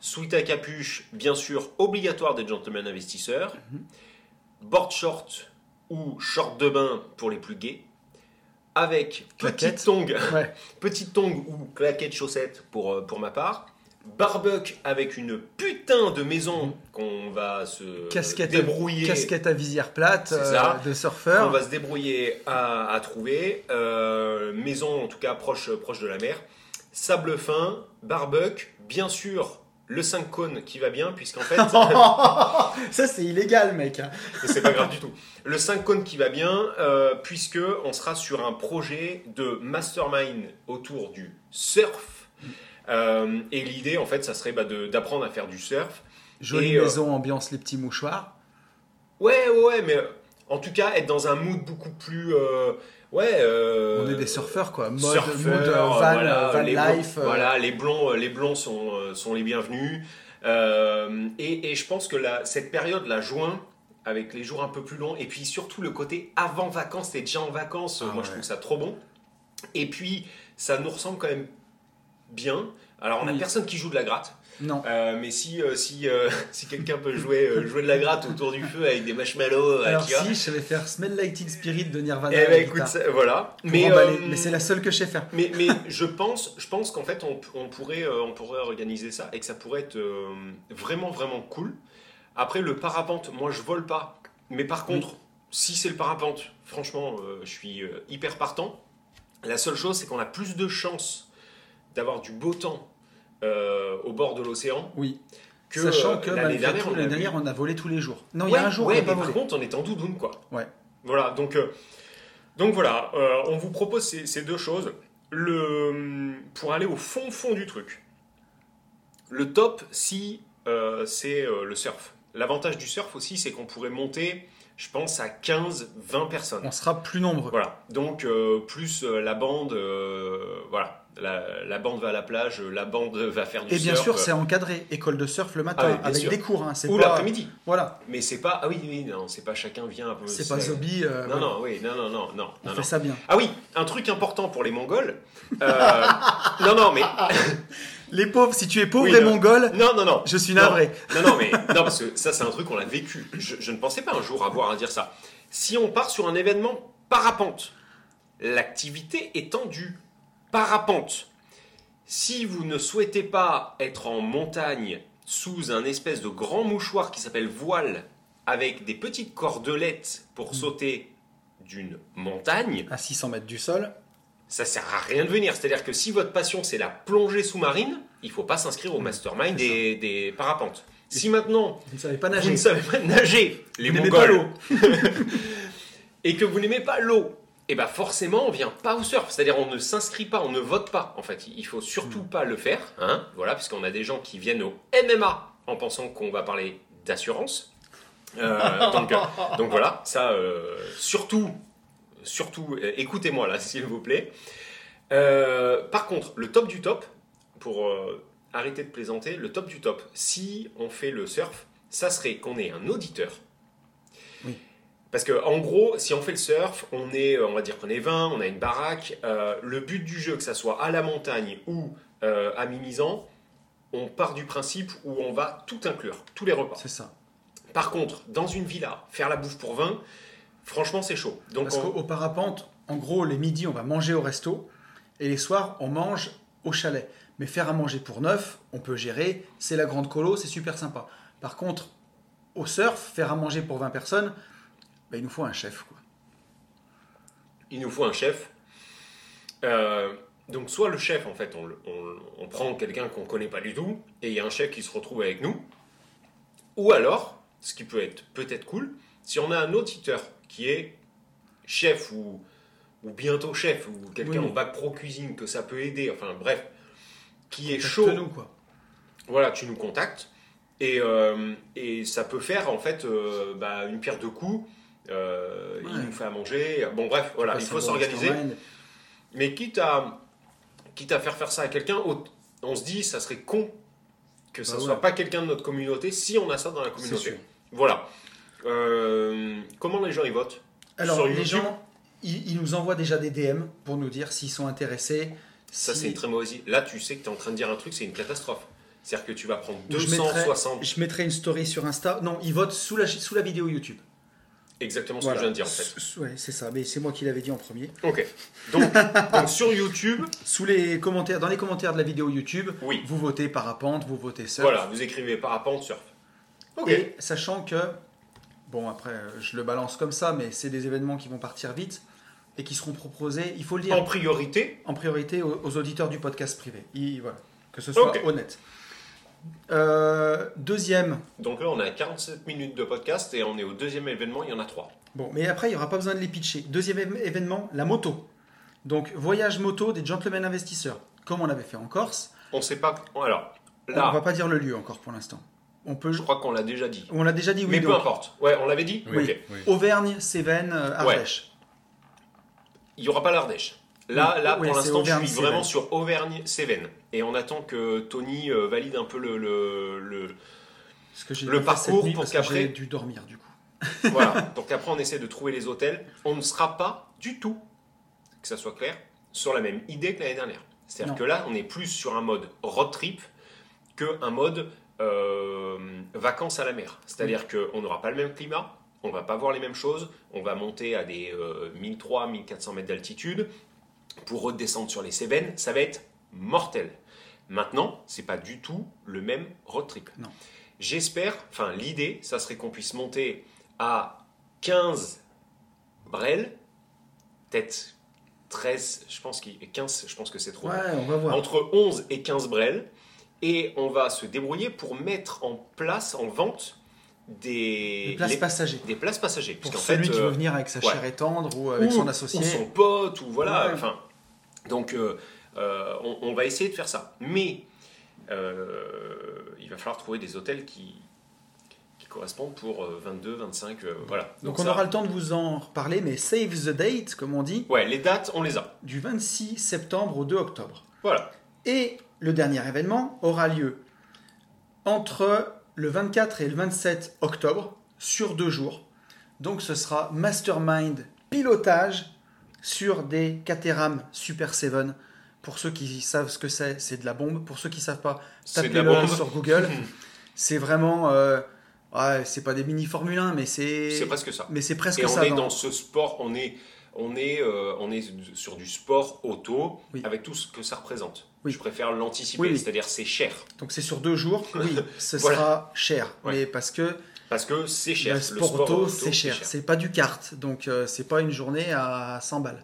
S3: sweat à capuche, bien sûr obligatoire des gentlemen investisseurs,
S2: Mhm.
S3: board short ou short de bain pour les plus gays, avec
S2: Claquettes.
S3: petite
S2: [LAUGHS]
S3: tongue,
S2: Ouais.
S3: petite tongue ou claquette chaussette pour, euh, pour ma part, barbuck avec une putain de maison qu'on va se
S2: Casquette,
S3: débrouiller.
S2: casquette à visière plate
S3: C'est ça.
S2: euh, de
S3: On
S2: [LAUGHS] surfeur.
S3: va se débrouiller à, à trouver. euh, maison, en tout cas, proche, proche de la mer. Sable fin, barbuck, bien sûr, le 5 cône qui va bien, puisqu'en fait,
S2: ça, c'est illégal, mec. hein.
S3: mais c'est pas grave du tout. Le 5 cône qui va bien, euh, puisque on sera sur un projet de mastermind autour du surf. Euh, et l'idée, en fait, ça serait bah, de- d'apprendre à faire du surf.
S2: Jolie
S3: Et, euh,
S2: maison, ambiance, les petits mouchoirs.
S3: Ouais, ouais, ouais, mais euh, en tout cas, être dans un mood beaucoup plus. euh, ouais. euh,
S2: On est des surfeurs, quoi. Mode,
S3: surfeurs,
S2: mode, euh, van,
S3: voilà,
S2: van
S3: les
S2: life.
S3: blonds,
S2: euh,
S3: Voilà, les blonds, les blonds sont, euh, sont les bienvenus. Euh, et, et je pense que la- cette période, la juin, avec les jours un peu plus longs, et puis surtout le côté avant vacances, t'es déjà en vacances,
S2: Ah
S3: moi je
S2: ouais.
S3: trouve ça trop bon. Et puis, ça nous ressemble quand même bien. Alors, on a
S2: Oui.
S3: personne qui joue de la gratte,
S2: Non.
S3: euh, mais si, euh, si, euh, [LAUGHS] si quelqu'un peut jouer, euh, jouer de la gratte autour du feu avec des marshmallows, euh,
S2: Alors
S3: tu vois.
S2: si, je vais faire Smell Like Teen Spirit de Nirvana.
S3: Eh
S2: à
S3: ben,
S2: la
S3: écoute,
S2: guitare
S3: ça- voilà.
S2: pour emballer.
S3: euh,
S2: mais c'est la seule que je sais faire.
S3: mais, mais je pense, je pense qu'en fait, on, on pourrait, euh, on pourrait organiser ça et que ça pourrait être euh, vraiment, vraiment cool. Après, le parapente, moi, je vole pas. Mais par contre, si c'est le parapente, franchement, euh, je suis euh, hyper partant. La seule chose, c'est qu'on a plus de chances d'avoir du beau temps euh, au bord de l'océan
S2: Oui.
S3: que
S2: Sachant
S3: euh,
S2: que
S3: l'année
S2: malgré
S3: dernière.
S2: tout,
S3: on a
S2: l'année
S3: vu-
S2: dernière, on a volé tous les jours. Non, il y
S3: Ouais,
S2: a un jour où
S3: ouais,
S2: on n'a
S3: mais
S2: pas
S3: par
S2: volé.
S3: contre, on est en doudoune, quoi.
S2: Ouais.
S3: Voilà, donc, euh, donc voilà, euh, on vous propose ces, ces deux choses. Le, hum, pour aller au fond fond du truc, le top, si euh, c'est euh, le surf. L'avantage du surf aussi, c'est qu'on pourrait monter, je pense, à 15-20 personnes.
S2: On sera plus nombreux.
S3: Voilà. Donc, euh, plus euh, la bande, euh, voilà. La, la bande va à la plage, la bande [LAUGHS] va faire du
S2: Et bien
S3: surf,
S2: sûr,
S3: euh,
S2: c'est encadré. École de surf le matin,
S3: Ah oui, bien
S2: avec
S3: sûr.
S2: des cours. hein, c'est
S3: ou
S2: pas-
S3: l'après-midi.
S2: Voilà.
S3: Mais c'est pas. Ah oui, oui, non, c'est pas chacun vient. euh,
S2: C'est pas Zobi. euh,
S3: Non,
S2: voilà.
S3: non, oui, non, non, non, non.
S2: On
S3: non,
S2: fait
S3: non.
S2: ça bien.
S3: Ah oui, un truc important pour les Mongols. euh, [LAUGHS] non, non, mais
S2: Les pauvres, si tu es pauvre
S3: Oui,
S2: et
S3: non.
S2: mongol,
S3: non, non, non.
S2: je suis
S3: Non.
S2: navré.
S3: Non, non, mais non, parce que ça, c'est un truc qu'on l'a vécu. Je, je ne pensais pas un jour avoir à dire ça. Si on part sur un événement parapente, l'activité étant du parapente, si vous ne souhaitez pas être en montagne sous un espèce de grand mouchoir qui s'appelle voile, avec des petites cordelettes
S2: Mm.
S3: pour sauter d'une montagne,
S2: À 600 mètres du sol.
S3: ça sert à rien de venir. C'est-à-dire que si votre passion c'est la plongée sous-marine, il faut pas s'inscrire au mastermind
S2: Mm. c'est ça.
S3: des, des parapentes. Si maintenant
S2: Vous ne savez pas
S3: vous
S2: nager.
S3: ne savez pas nager, les
S2: Vous n'aimez pas
S3: Mongols, et que vous n'aimez pas l'eau, et ben forcément on vient pas au surf. C'est-à-dire on ne s'inscrit pas, on ne vote pas. En fait, il faut
S2: Mm.
S3: surtout pas le faire, hein. Voilà, puisqu'on a des gens qui viennent au MMA en pensant qu'on va parler d'assurance. Euh, donc, euh, donc voilà, ça euh, surtout, surtout, euh, écoutez-moi là, [LAUGHS] s'il vous plaît. Euh, par contre, le top du top, pour euh, arrêter de plaisanter, le top du top, si on fait le surf, ça serait qu'on ait un auditeur.
S2: Oui.
S3: Parce que en gros, si on fait le surf, on est, euh, on va dire qu'on est 20, on a une baraque. euh, le but du jeu, que ça soit à la montagne ou euh, à Mimizan, on part du principe où on va tout inclure, tous les repas.
S2: C'est ça.
S3: Par contre, dans une villa, faire la bouffe pour 20, franchement, c'est chaud. Donc,
S2: Parce
S3: on-
S2: qu'au au parapente, en gros, les midis, on va manger au resto. Et les soirs, on mange au chalet. Mais faire à manger pour neuf, on peut gérer. C'est la grande colo, c'est super sympa. Par contre, au surf, faire à manger pour 20 personnes, bah, il nous faut un chef. Quoi.
S3: il nous faut un chef. Euh, donc soit le chef, en fait, on, le- on- on prend quelqu'un qu'on connaît pas du tout, et il y a un chef qui se retrouve avec nous. Ou alors, ce qui peut être peut-être cool, si on a un auditeur qui est chef ou, ou bientôt chef, ou quelqu'un
S2: Oui.
S3: en bac pro cuisine que ça peut aider, enfin bref, qui est chaud
S2: Contacte-nous, quoi.
S3: voilà, tu nous contactes et, euh, et ça peut faire en fait euh, bah, une pierre de coups. Euh,
S2: Ouais.
S3: Il nous fait à manger. Bon, bref, voilà, il
S2: Passer
S3: faut
S2: au
S3: s'organiser.
S2: mastermind.
S3: Mais quitte à, quitte à faire faire ça à quelqu'un, au- on se dit ça serait con que ça
S2: Bah ouais.
S3: soit pas quelqu'un de notre communauté si on a ça dans la
S2: sûr.
S3: communauté. Voilà. Euh, comment les gens ils votent
S2: Alors,
S3: Sur
S2: les
S3: YouTube.
S2: gens, ils, ils nous envoient déjà des DM pour nous dire s'ils sont intéressés.
S3: Ça,
S2: si-
S3: c'est une très mauvaise idée. Là, tu sais que tu es en train de dire un truc, c'est une catastrophe. C'est-à-dire que tu vas prendre
S2: Ou je mettrai-
S3: 260.
S2: Je mettrai une story sur Insta. Non, ils votent sous la, sous la vidéo YouTube.
S3: Exactement ce que
S2: Voilà.
S3: je viens de dire en
S2: [LAUGHS]
S3: fait.
S2: Sous- sous- ouais, c'est ça. Mais c'est moi qui l'avais dit en premier.
S3: Ok. Donc, donc sur YouTube,
S2: Sous les commentaires, dans les commentaires de la vidéo YouTube,
S3: Oui.
S2: vous votez parapente, vous votez surf.
S3: Voilà, vous écrivez parapente surf. Ok.
S2: Et sachant que, bon après, euh, je le balance comme ça, mais c'est des événements qui vont partir vite et qui seront proposés, il faut le dire,
S3: En priorité,
S2: en priorité aux, aux auditeurs du podcast privé. Il- voilà, que ce soit
S3: Ok.
S2: honnête. Euh, deuxième,
S3: donc là on a 47 minutes de podcast et on est au deuxième événement, il y en a trois.
S2: Bon, mais après, il n'y aura pas besoin de les pitcher. Deuxième éve- événement, la moto. Donc, voyage moto des gentlemen investisseurs, comme on l'avait fait en Corse.
S3: On sait pas. Alors,
S2: On va
S3: là,
S2: pas dire le lieu encore pour l'instant. On peut.
S3: je crois qu'on l'a déjà dit.
S2: On l'a déjà dit, oui.
S3: Mais peu
S2: donc,
S3: importe. Ouais, on l'avait dit
S2: Oui.
S3: Ok.
S2: Auvergne, Cévennes, euh, Ardèche.
S3: Il n'y aura pas l'Ardèche. Là,
S2: Oui.
S3: là
S2: Oui,
S3: pour
S2: c'est
S3: l'instant, je suis
S2: Auvergne-Cévennes.
S3: vraiment sur Auvergne-Cévennes. Et on attend que Tony euh, valide un peu le. le-
S2: [LAUGHS]
S3: le-
S2: Parce que j'ai
S3: Le
S2: pas fait cette
S3: parcours
S2: nuit
S3: pour
S2: parce que
S3: qu'après-
S2: j'ai dû dormir du coup.
S3: voilà. Donc après, on essaie de trouver les hôtels. On ne sera pas du tout, que ça soit clair, sur la même idée que l'année dernière. C'est-à-dire
S2: Non.
S3: que là, on est plus sur un mode road trip que un mode euh, vacances à la mer. C'est-à-dire qu'on n'aura pas le même climat, on va pas voir les mêmes choses, on va monter à des euh, 1300-1400 mètres d'altitude pour redescendre sur les Cévennes, ça va être mortel. Maintenant, c'est pas du tout le même road trip.
S2: Non.
S3: J'espère, enfin l'idée, ça serait qu'on puisse monter à 15 brels, peut-être 13, je pense qu'il 15, je pense que c'est trop.
S2: Ouais, on va voir.
S3: Entre 11 et 15 brels, et on va se débrouiller pour mettre en place, en vente, des,
S2: Les places
S3: les-
S2: passagers.
S3: des places passagers.
S2: Pour
S3: Puisqu'en
S2: celui
S3: fait,
S2: qui
S3: euh,
S2: veut venir avec sa
S3: ouais.
S2: chair étendre ou avec
S3: ou-
S2: son associé.
S3: ou son pote, ou voilà.
S2: Ouais.
S3: Enfin, donc, euh, euh, on, on va essayer de faire ça. Mais euh, il va falloir trouver des hôtels qui, qui- correspondent pour euh, 22, 25, euh, voilà.
S2: Donc, on
S3: ça-
S2: aura le temps de vous en reparler, mais save the date, comme on dit,
S3: Ouais, les dates, on les a.
S2: du 26 septembre au 2 octobre.
S3: Voilà.
S2: Et le dernier événement aura lieu entre le 24 et le 27 octobre, sur deux jours. Donc ce sera Mastermind pilotage sur des Caterham Super 7. Pour ceux qui savent ce que c'est, c'est de la bombe. Pour ceux qui savent pas,
S3: C'est de la
S2: tapez-le
S3: bombe.
S2: sur
S3: [LAUGHS]
S2: Google. c'est vraiment... euh, ouais, c'est pas des mini Formule 1, mais
S3: C'est presque ça.
S2: mais c'est presque
S3: Et on
S2: ça.
S3: est
S2: dans-
S3: dans ce sport, on est, on est, euh, on est sur du sport auto
S2: Oui.
S3: avec tout ce que ça représente.
S2: Oui.
S3: Je préfère l'anticiper,
S2: Oui, oui.
S3: c'est-à-dire c'est cher.
S2: Donc c'est sur deux jours.
S3: [LAUGHS]
S2: Oui, ce
S3: Voilà.
S2: sera cher.
S3: Ouais.
S2: Mais parce que
S3: Parce que c'est cher.
S2: le
S3: Le
S2: Bah, sport auto, c'est cher. C'est pas du kart. Donc euh, c'est pas une journée à 100 balles.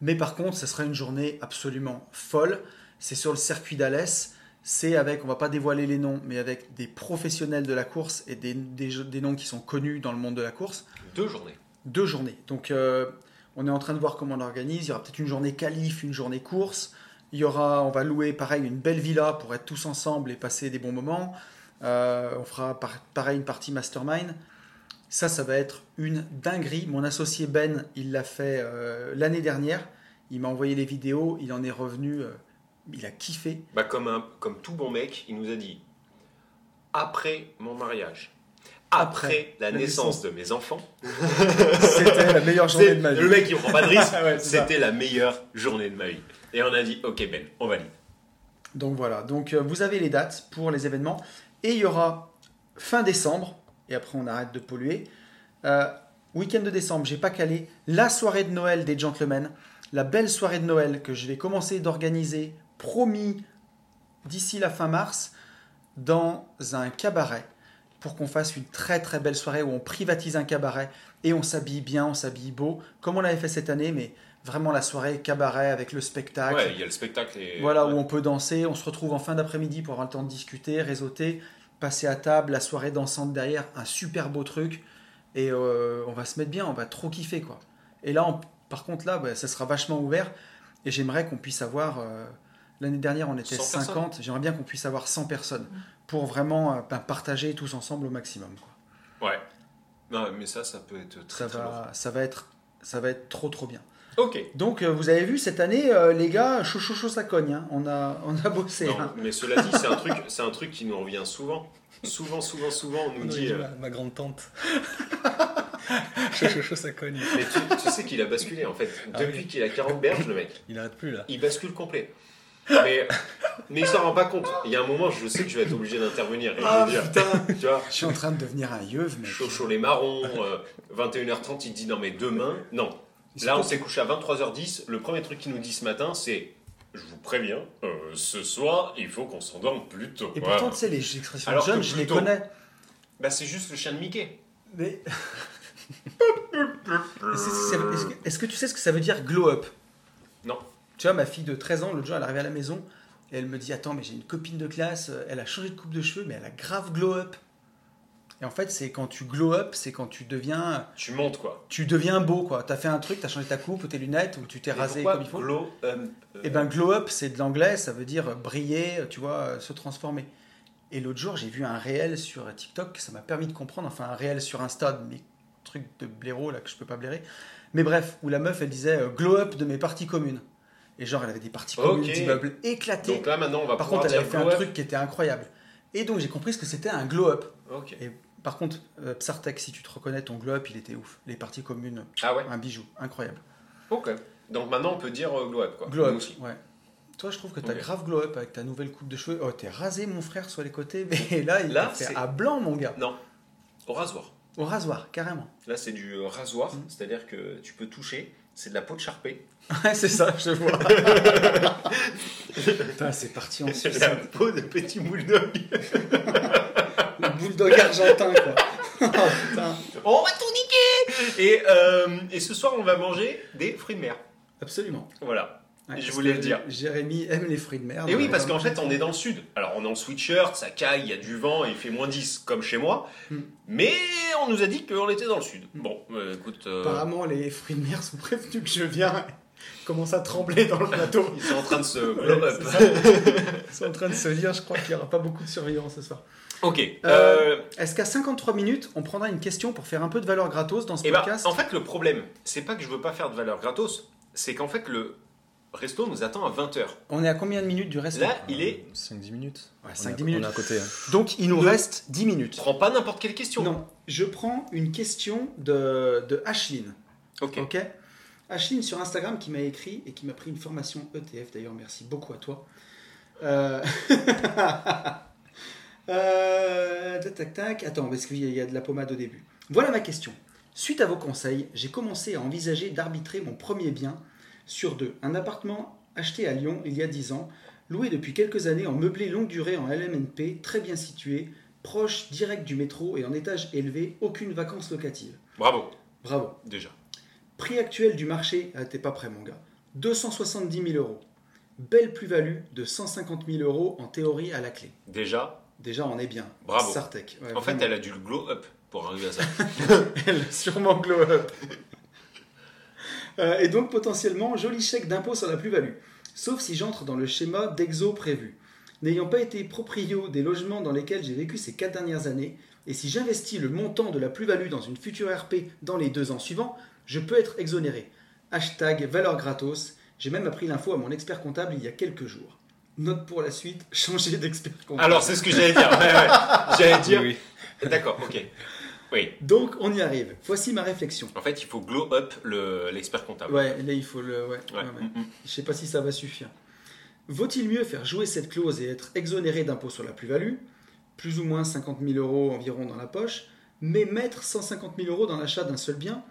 S2: Mais par contre, ce sera une journée absolument folle. C'est sur le circuit d'Alès. C'est avec, on va pas dévoiler les noms, mais avec des professionnels de la course et des, des jeux- des noms qui sont connus dans le monde de la course.
S3: Deux journées.
S2: Deux journées. Donc euh, on est en train de voir comment on organise. Il y aura peut-être une journée qualif, une journée course. Il y aura, on va louer pareil une belle villa pour être tous ensemble et passer des bons moments. Euh, on fera par- pareil une partie mastermind. Ça, ça va être une dinguerie. Mon associé Ben, il l'a fait euh, l'année dernière. Il m'a envoyé les vidéos. Il en est revenu. euh, il
S3: [LAUGHS]
S2: a kiffé.
S3: Bah, comme, un, comme tout bon mec, il nous a dit après mon mariage, après,
S2: Après
S3: la,
S2: la
S3: naissance
S2: naissance.
S3: de mes enfants,
S2: C'était la meilleure journée
S3: c'est-
S2: de ma vie.
S3: le mec il prend pas
S2: [LAUGHS]
S3: de risque,
S2: Ah ouais, c'est ça.
S3: c'était la meilleure journée de ma vie. Et on a dit ok Ben, on valide.
S2: Donc voilà, donc euh, vous avez les dates pour les événements. Et il y aura fin décembre, et après on arrête de polluer. Euh, Week-end de décembre, j'ai pas calé la soirée de Noël des gentlemen, la belle soirée de Noël que je vais commencer d'organiser, promis, d'ici la fin mars, dans un cabaret, pour qu'on fasse une très très belle soirée où on privatise un cabaret et on s'habille bien, on s'habille beau, comme on l'avait fait cette année, mais vraiment la soirée cabaret avec le spectacle,
S3: Ouais, il y a le spectacle et
S2: voilà,
S3: ouais.
S2: où on peut danser, on se retrouve en fin d'après-midi pour avoir le temps de discuter, réseauter, passer à table, la soirée dansante derrière, un super beau truc, et euh, on va se mettre bien, on va trop kiffer, quoi. Et là, on- par contre, là, bah, ça sera vachement ouvert, et j'aimerais qu'on puisse avoir, euh, l'année dernière, on
S3: 100
S2: était
S3: personnes.
S2: 50, j'aimerais bien qu'on puisse avoir 100 personnes, pour vraiment euh, ben, partager tous ensemble au maximum, quoi.
S3: Ouais. Non, mais ça, ça peut être très
S2: Ça,
S3: très lourd.
S2: va, ça, va être, ça va être trop, trop bien.
S3: Ok.
S2: Donc, euh, vous avez vu, cette année, euh, les gars, chaud, chaud, chaud, ça cogne, hein. on, a, on a [LAUGHS] bossé.
S3: Non,
S2: hein.
S3: mais cela dit, c'est un truc, c'est un truc qui nous revient souvent, souvent, souvent, souvent. On nous dit, euh,
S4: ma, grande tante. chaud, chaud, chaud, ça cogne.
S3: mais tu, tu sais qu'il a basculé en fait.
S4: Ah
S3: Depuis
S4: oui.
S3: qu'il a 40 berges, le mec,
S4: Il arrête plus là.
S3: il bascule complet. Mais, mais il s'en rend pas compte. Il y a un moment, je sais que je vais être obligé d'intervenir. et je
S2: Ah,
S3: vais dire, tu vois,
S2: Je suis en train de devenir un yeuve, mais
S3: Chocho les marrons, euh, 21h30, il dit non mais demain, non.
S2: Ils
S3: Là
S2: sont
S3: on s'est couché à 23h10, le premier truc qu'il nous dit ce matin c'est je vous préviens, euh, ce soir il faut qu'on s'endorme plus tôt.
S2: Et
S3: Voilà.
S2: pourtant, tu sais, les expressions de
S3: Alors que
S2: jeunes, je les
S3: plutôt-
S2: connais.
S3: Bah c'est juste le chien de Mickey.
S2: Mais... Est-ce que- est-ce que, est-ce que tu sais ce que ça veut dire glow up
S3: Non.
S2: Tu vois, ma fille de 13 ans, l'autre jour, elle arrivait à la maison et elle me dit Attends, mais j'ai une copine de classe, euh, elle a changé de coupe de cheveux, mais elle a grave glow up. Et en fait, c'est quand tu glow up, c'est quand tu deviens,
S3: Tu montes quoi.
S2: tu deviens beau, quoi. T'as fait un truc, t'as changé ta coupe ou tes lunettes ou tu t'es
S3: Et
S2: rasé
S3: pourquoi
S2: comme il faut.
S3: glow, euh, euh,
S2: Et ben glow up, c'est de l'anglais, ça veut dire briller, tu vois, euh, se transformer. Et l'autre jour, j'ai vu un réel sur TikTok, ça m'a permis de comprendre, enfin un réel sur Insta, mes trucs de blaireau là que je peux pas blairer. Mais bref, où la meuf, elle disait euh, glow up de mes parties communes. Et genre, elle avait des parties communes
S3: Ok.
S2: d'immeubles éclatées.
S3: Donc là maintenant on va
S2: Par
S3: pouvoir
S2: contre, elle avait
S3: dire
S2: fait un
S3: glow up.
S2: truc qui était incroyable. Et donc, j'ai compris ce que c'était un glow up.
S3: Ok.
S2: Et par contre, euh, Psartek, si tu te reconnais, ton glow up, il était ouf. Les parties communes,
S3: Ah ouais.
S2: un bijou, incroyable.
S3: Ok. Donc maintenant on peut dire euh, glow up quoi.
S2: Glow up,
S3: Nous aussi.
S2: ouais. Toi, je trouve que t'as
S3: Ok.
S2: grave glow up avec ta nouvelle coupe de cheveux. Oh, t'es rasé, mon frère, sur les côtés, [LAUGHS] mais là, il
S3: Là,
S2: là, fait
S3: c'est-
S2: à blanc, mon gars.
S3: Non. Au rasoir.
S2: Au rasoir, carrément.
S3: [LAUGHS] Là c'est du euh, rasoir,
S2: Mm.
S3: c'est-à-dire que tu peux toucher, c'est de la peau de charpé.
S2: Ouais, c'est ça, je vois. [LAUGHS] Putain, [LAUGHS] c'est parti en
S3: C'est de
S2: Suisse.
S3: la peau de petit bulldog.
S2: Le bulldog argentin,
S3: [LAUGHS]
S2: quoi. Oh, putain.
S3: On va tout niquer et, euh, et ce soir, on va manger des fruits de mer.
S2: Absolument.
S3: Voilà.
S2: Ouais,
S3: Je
S2: parce
S3: voulais
S2: que
S3: le dire.
S2: Jérémy aime les fruits de mer.
S3: Et oui,
S2: donc,
S3: parce
S2: euh,
S3: qu'en fait, on est dans le sud. Alors, on est en sweatshirt, ça caille, il y a du vent, et il fait moins 10, comme chez moi.
S2: Hmm.
S3: Mais on nous a dit qu'on était dans le sud. Bon, euh, écoute... euh,
S2: Apparemment, les fruits de mer sont prévenus que je viens.
S5: commencent à trembler dans le plateau.
S3: Ils sont en train de
S2: [LAUGHS]
S3: se blow up.
S5: c'est ça. Ils sont en train de se lire, je crois qu'il n'y aura pas beaucoup de surveillants ce soir.
S3: Ok.
S2: Euh,
S3: Euh,
S2: Est-ce qu'à 53 minutes, on prendra une question pour faire un peu de valeur gratos dans ce
S3: eh ben,
S2: podcast
S3: en fait, le problème, c'est pas que je veux pas faire de valeur gratos, c'est qu'en fait, le resto nous attend à 20h.
S2: On est à combien de minutes du reste
S3: Là, il est.
S4: 5-10 Euh, minutes.
S2: Ouais,
S4: On
S2: 5-10
S4: est à-
S2: minutes.
S4: On est à côté. hein.
S2: Donc, il nous
S3: Deux.
S2: reste 10 minutes.
S3: Prends pas n'importe quelle question.
S2: Non, je prends une question de, de Ashline.
S3: Ok.
S2: Ok Ashline sur Instagram qui m'a écrit et qui m'a pris une formation ETF. D'ailleurs, merci beaucoup à toi. Euh... [LAUGHS] euh, Tac, tac, tac. Attends, parce qu'il y a- il y a de la pommade au début. Voilà ma question. Suite à vos conseils, j'ai commencé à envisager d'arbitrer mon premier bien sur deux. Un appartement acheté à Lyon il y a 10 ans, loué depuis quelques années en meublé longue durée en LMNP, très bien situé, proche direct du métro et en étage élevé, aucune vacances locatives.
S3: Bravo,
S2: Bravo.
S3: déjà.
S2: Prix actuel du marché, ah, t'es pas prêt mon gars, 270 000 euros. Belle plus-value de 150 000 euros en théorie à la clé.
S3: Déjà,
S2: Déjà, on est bien.
S3: Bravo.
S2: Sartec. Ouais,
S3: en fait,
S2: vraiment.
S3: elle a dû le glow up pour arriver à ça.
S2: Elle a sûrement glow up. Euh, et donc, potentiellement, joli chèque d'impôt sur la plus-value. Sauf si j'entre dans le schéma d'exo prévu. N'ayant pas été proprio des logements dans lesquels j'ai vécu ces quatre dernières années, et si j'investis le montant de la plus-value dans une future RP dans les deux ans suivants, je peux être exonéré. Hashtag valeur gratos. J'ai même appris l'info à mon expert comptable il y a quelques jours. Note pour la suite, [LAUGHS] changer d'expert comptable.
S3: Alors, c'est ce que j'allais dire. Ouais, ouais. J'allais dire.
S4: Oui,
S3: D'accord, ok. Oui,
S2: Donc, on y arrive. Voici ma réflexion.
S3: en fait, il faut glow up le- l'expert comptable.
S2: Ouais, là, il faut le... ouais,
S3: Ouais.
S2: ouais, ouais.
S3: Mm, mm.
S2: Je sais pas si ça va suffire. Vaut-il mieux faire jouer cette clause et être exonéré d'impôt sur la plus-value, plus ou moins 50 000 euros environ dans la poche, mais mettre 150 000 euros dans l'achat d'un seul bien,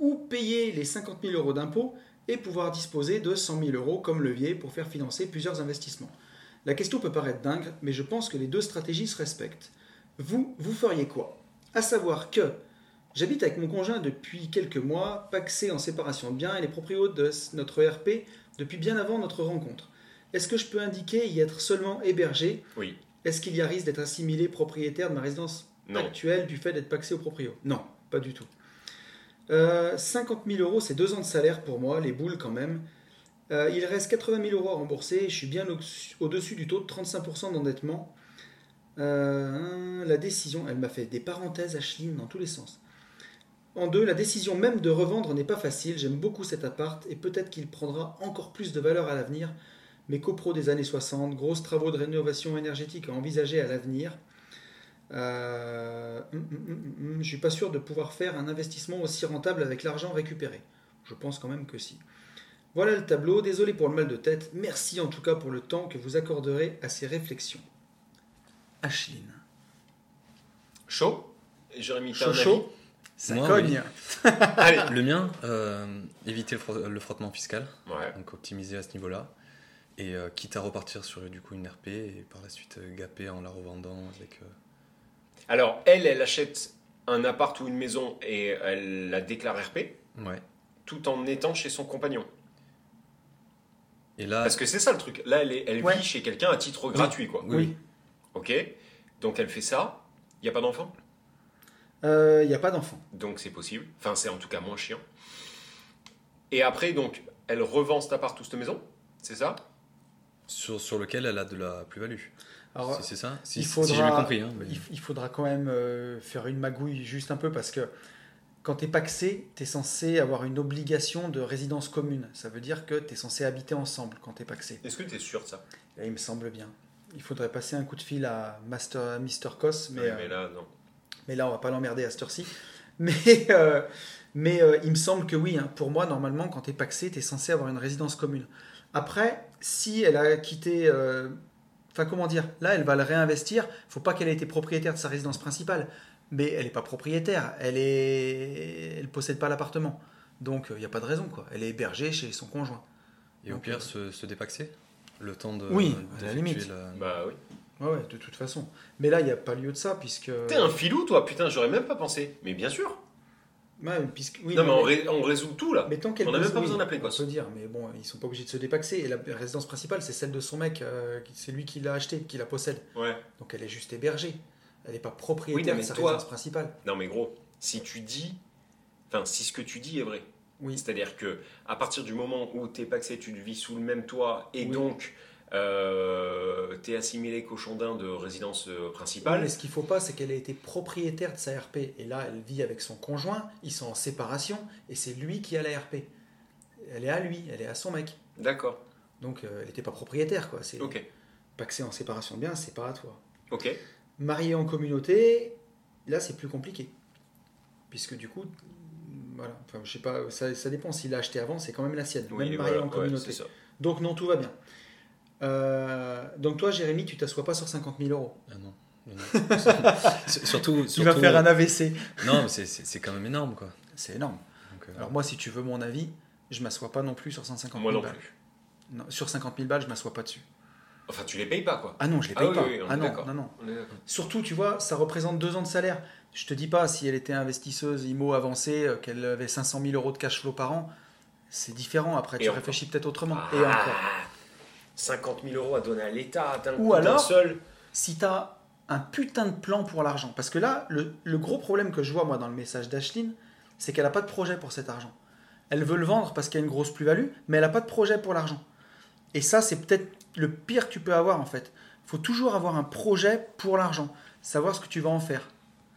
S2: ou payer les 50 000 euros d'impôt et pouvoir disposer de 100 000 euros comme levier pour faire financer plusieurs investissements La question peut paraître dingue, mais je pense que les deux stratégies se respectent. Vous, vous feriez quoi À savoir que j'habite avec mon conjoint depuis quelques mois, paxé en séparation de biens, et les proprios de notre RP depuis bien avant notre rencontre. Est-ce que je peux indiquer y être seulement hébergé
S3: Oui.
S2: Est-ce qu'il y a risque d'être assimilé propriétaire de ma résidence
S3: Non.
S2: actuelle du fait d'être paxé au proprio Non, pas du tout. Euh, 50 000 euros, c'est deux ans de salaire pour moi, les boules quand même. Euh, il reste 80 000 euros à rembourser et je suis bien au- au-dessus du taux de 35% d'endettement. Euh, la décision, elle m'a fait des parenthèses à Schline dans tous les sens. En deux, la décision même de revendre n'est pas facile. J'aime beaucoup cet appart et peut-être qu'il prendra encore plus de valeur à l'avenir. Mes copros des années 60, grosses travaux de rénovation énergétique à envisager à l'avenir. Euh, hum, hum, hum, hum, hum, je suis pas sûr de pouvoir faire un investissement aussi rentable avec l'argent récupéré. Je pense quand même que si. Voilà le tableau. Désolé pour le mal de tête. Merci en tout cas pour le temps que vous accorderez à ces réflexions. Ashline.
S3: Chaud Jérémy, t'as un
S2: Chaud,
S3: avis
S2: chaud. Ça
S4: Moi,
S2: cogne.
S3: Allez.
S4: Le mien, euh, éviter le, frot- le frottement fiscal,
S3: Ouais.
S4: donc optimiser à ce niveau-là. Et euh, quitte à repartir sur du coup une RP et par la suite euh, gaper en la revendant avec. euh,
S3: Alors, elle, elle achète un appart ou une maison et elle la déclare RP
S4: Ouais.
S3: tout en étant chez son compagnon.
S4: Et là,
S3: Parce que c'est ça le truc. Là, elle, est- elle
S2: Ouais.
S3: vit chez quelqu'un à titre gratuit, quoi.
S4: oui, oui.
S3: Ok Donc, elle fait ça. Il n'y a pas d'enfant
S2: Il n'y Euh, a pas d'enfant.
S3: Donc c'est possible. Enfin, c'est en tout cas moins chiant. Et après, donc, elle revend cet appart ou cette maison, c'est ça
S4: sur, sur lequel elle a de la plus-value.
S2: Alors,
S4: Si c'est ça si,
S2: il
S4: si
S2: faudra-
S4: j'ai bien compris. hein, mais-
S2: Il, il faudra quand même euh, faire une magouille juste un peu parce que quand t'es paxé, t'es censé avoir une obligation de résidence commune. Ça veut dire que t'es censé habiter ensemble quand t'es paxé.
S3: Est-ce que tu es sûr de ça
S2: Et il me semble bien. Il faudrait passer un coup de fil à Master, à Mr. Cos, mais,
S3: Ouais,
S2: euh,
S3: mais là, non.
S2: mais là, on va pas l'emmerder à cette heure-ci. Mais, [LAUGHS] euh, mais euh, il me semble que oui. hein. Pour moi, normalement, quand tu es paxé, tu es censé avoir une résidence commune. Après, si elle a quitté. euh, Enfin, comment dire Là, elle va le réinvestir. faut pas qu'elle ait été propriétaire de sa résidence principale. Mais elle n'est pas propriétaire. Elle est... elle possède pas l'appartement. Donc, il n'y a pas de raison. quoi. Elle est hébergée chez son conjoint.
S4: Et au
S2: Donc, euh,
S4: pire, se, se dépaxer Le temps de.
S2: Oui, à la
S4: d'effectuer
S2: limite.
S4: la-
S3: Bah oui.
S2: Ouais, ouais, de toute façon. Mais là, il n'y a pas lieu de ça, puisque.
S3: T'es un filou, toi, putain, j'aurais même pas pensé. Mais bien sûr
S2: Ouais, puisque... oui,
S3: Non, mais
S2: non,
S3: on,
S2: mais-
S3: ré- on résout tout, là.
S2: Mais tant qu'elle
S3: On n'a
S2: peut-
S3: même pas
S2: oui,
S3: besoin d'appeler,
S2: on
S3: quoi.
S2: peut dire, mais bon, ils sont pas obligés de se dépaxer. Et la résidence principale, c'est celle de son mec. euh, qui- c'est lui qui l'a achetée, qui la possède.
S3: Ouais.
S2: Donc elle est juste hébergée. Elle n'est pas
S3: Oui, non,
S2: propriétaire
S3: mais
S2: de sa
S3: toi-
S2: résidence principale.
S3: Non, mais gros, si tu dis. Enfin, si ce que tu dis est vrai,
S2: Oui.
S3: C'est-à-dire que à partir du moment où t'es paxé, tu vis sous le même toit et
S2: Oui.
S3: donc euh, t'es assimilé cochon d'Inde de résidence euh, principale.
S2: Mais ce qu'il faut pas, c'est qu'elle a été propriétaire de sa RP. Et là, elle vit avec son conjoint, ils sont en séparation, et c'est lui qui a la RP. Elle est à lui, elle est à son mec.
S3: D'accord.
S2: Donc, euh, elle n'était pas propriétaire, quoi. C'est
S3: Ok.
S2: pas que c'est en séparation de biens, c'est pas à toi.
S3: Ok.
S2: Marié en communauté, là, c'est plus compliqué. Puisque du coup, voilà, enfin, je sais pas, ça, ça dépend. S'il l'a acheté avant, c'est quand même la sienne,
S3: Oui,
S2: même marié
S3: voilà,
S2: en
S3: ouais,
S2: communauté.
S3: c'est ça.
S2: Donc non, tout va bien. Euh, donc toi, Jérémy, tu t'assois pas sur 50 000 euros.
S4: Ah non. non, non. Sur- surtout,
S2: Tu vas
S4: surtout-
S2: faire un AVC.
S4: Non, mais c'est- c'est c'est quand même énorme, quoi.
S2: C'est énorme.
S4: Donc, euh,
S2: Alors moi, si tu veux mon avis, je m'assois pas non plus sur 150
S3: Moi
S2: 000
S3: non
S2: balles.
S3: plus.
S2: Non, sur 50 000 balles, je m'assois pas dessus.
S3: Enfin, tu les payes pas quoi.
S2: Ah non, je les
S3: Ah
S2: paye
S3: oui,
S2: pas.
S3: oui, on est
S2: ah non,
S3: d'accord.
S2: non, non.
S3: On est d'accord.
S2: Surtout, tu vois, ça représente deux ans de salaire. Je te dis pas si elle était investisseuse IMO avancée, euh, qu'elle avait 500 000 euros de cash flow par an. C'est différent. Après,
S3: Et
S2: tu
S3: encore.
S2: réfléchis peut-être autrement.
S3: Ah,
S2: Et encore.
S3: 50 000 euros à donner à l'État d'un
S2: Ou
S3: coup, d'un
S2: alors-
S3: seul.
S2: si tu as un putain de plan pour l'argent. Parce que là, le, le gros problème que je vois moi dans le message d'Ashlyn, c'est qu'elle n'a pas de projet pour cet argent. Elle veut le vendre parce qu'il y a une grosse plus-value, mais elle n'a pas de projet pour l'argent. Et ça, c'est peut-être le pire que tu peux avoir en fait. faut toujours avoir un projet pour l'argent, savoir ce que tu vas en faire.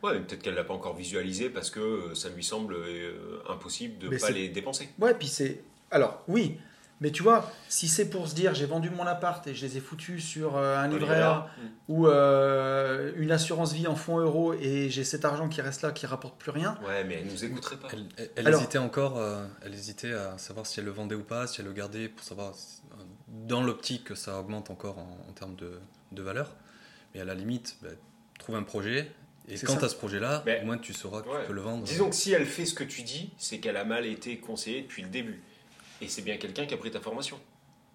S3: Ouais, mais peut-être qu'elle l'a pas encore visualisé parce que euh, ça lui semble euh, impossible de
S2: Mais
S3: pas
S2: c'est-
S3: les dépenser.
S2: Ouais, puis c'est. Alors, oui, mais tu vois, si c'est pour se dire j'ai vendu mon appart et je les ai foutus sur euh, un
S3: Un
S2: livret
S3: livret A.
S2: ou euh, une assurance vie en fonds euros et j'ai cet argent qui reste là qui rapporte plus
S3: [LAUGHS]
S2: rien,
S3: Ouais, mais elle nous écouterait pas.
S4: elle, elle- elle
S2: Alors-
S4: hésitait encore, euh, elle hésitait à savoir si elle le vendait ou pas, si elle le gardait, pour savoir si- euh, dans l'optique que ça augmente encore en, en termes de, de valeur. Mais à la limite, bah, trouve un projet. Et
S2: C'est
S4: quant
S2: ça.
S4: à ce projet-là,
S3: Mais-
S4: au moins tu sauras que
S3: Ouais.
S4: tu peux le vendre.
S3: Disons que si elle fait ce que tu dis, c'est qu'elle a mal été conseillée depuis le début. Et c'est bien quelqu'un qui a pris ta formation.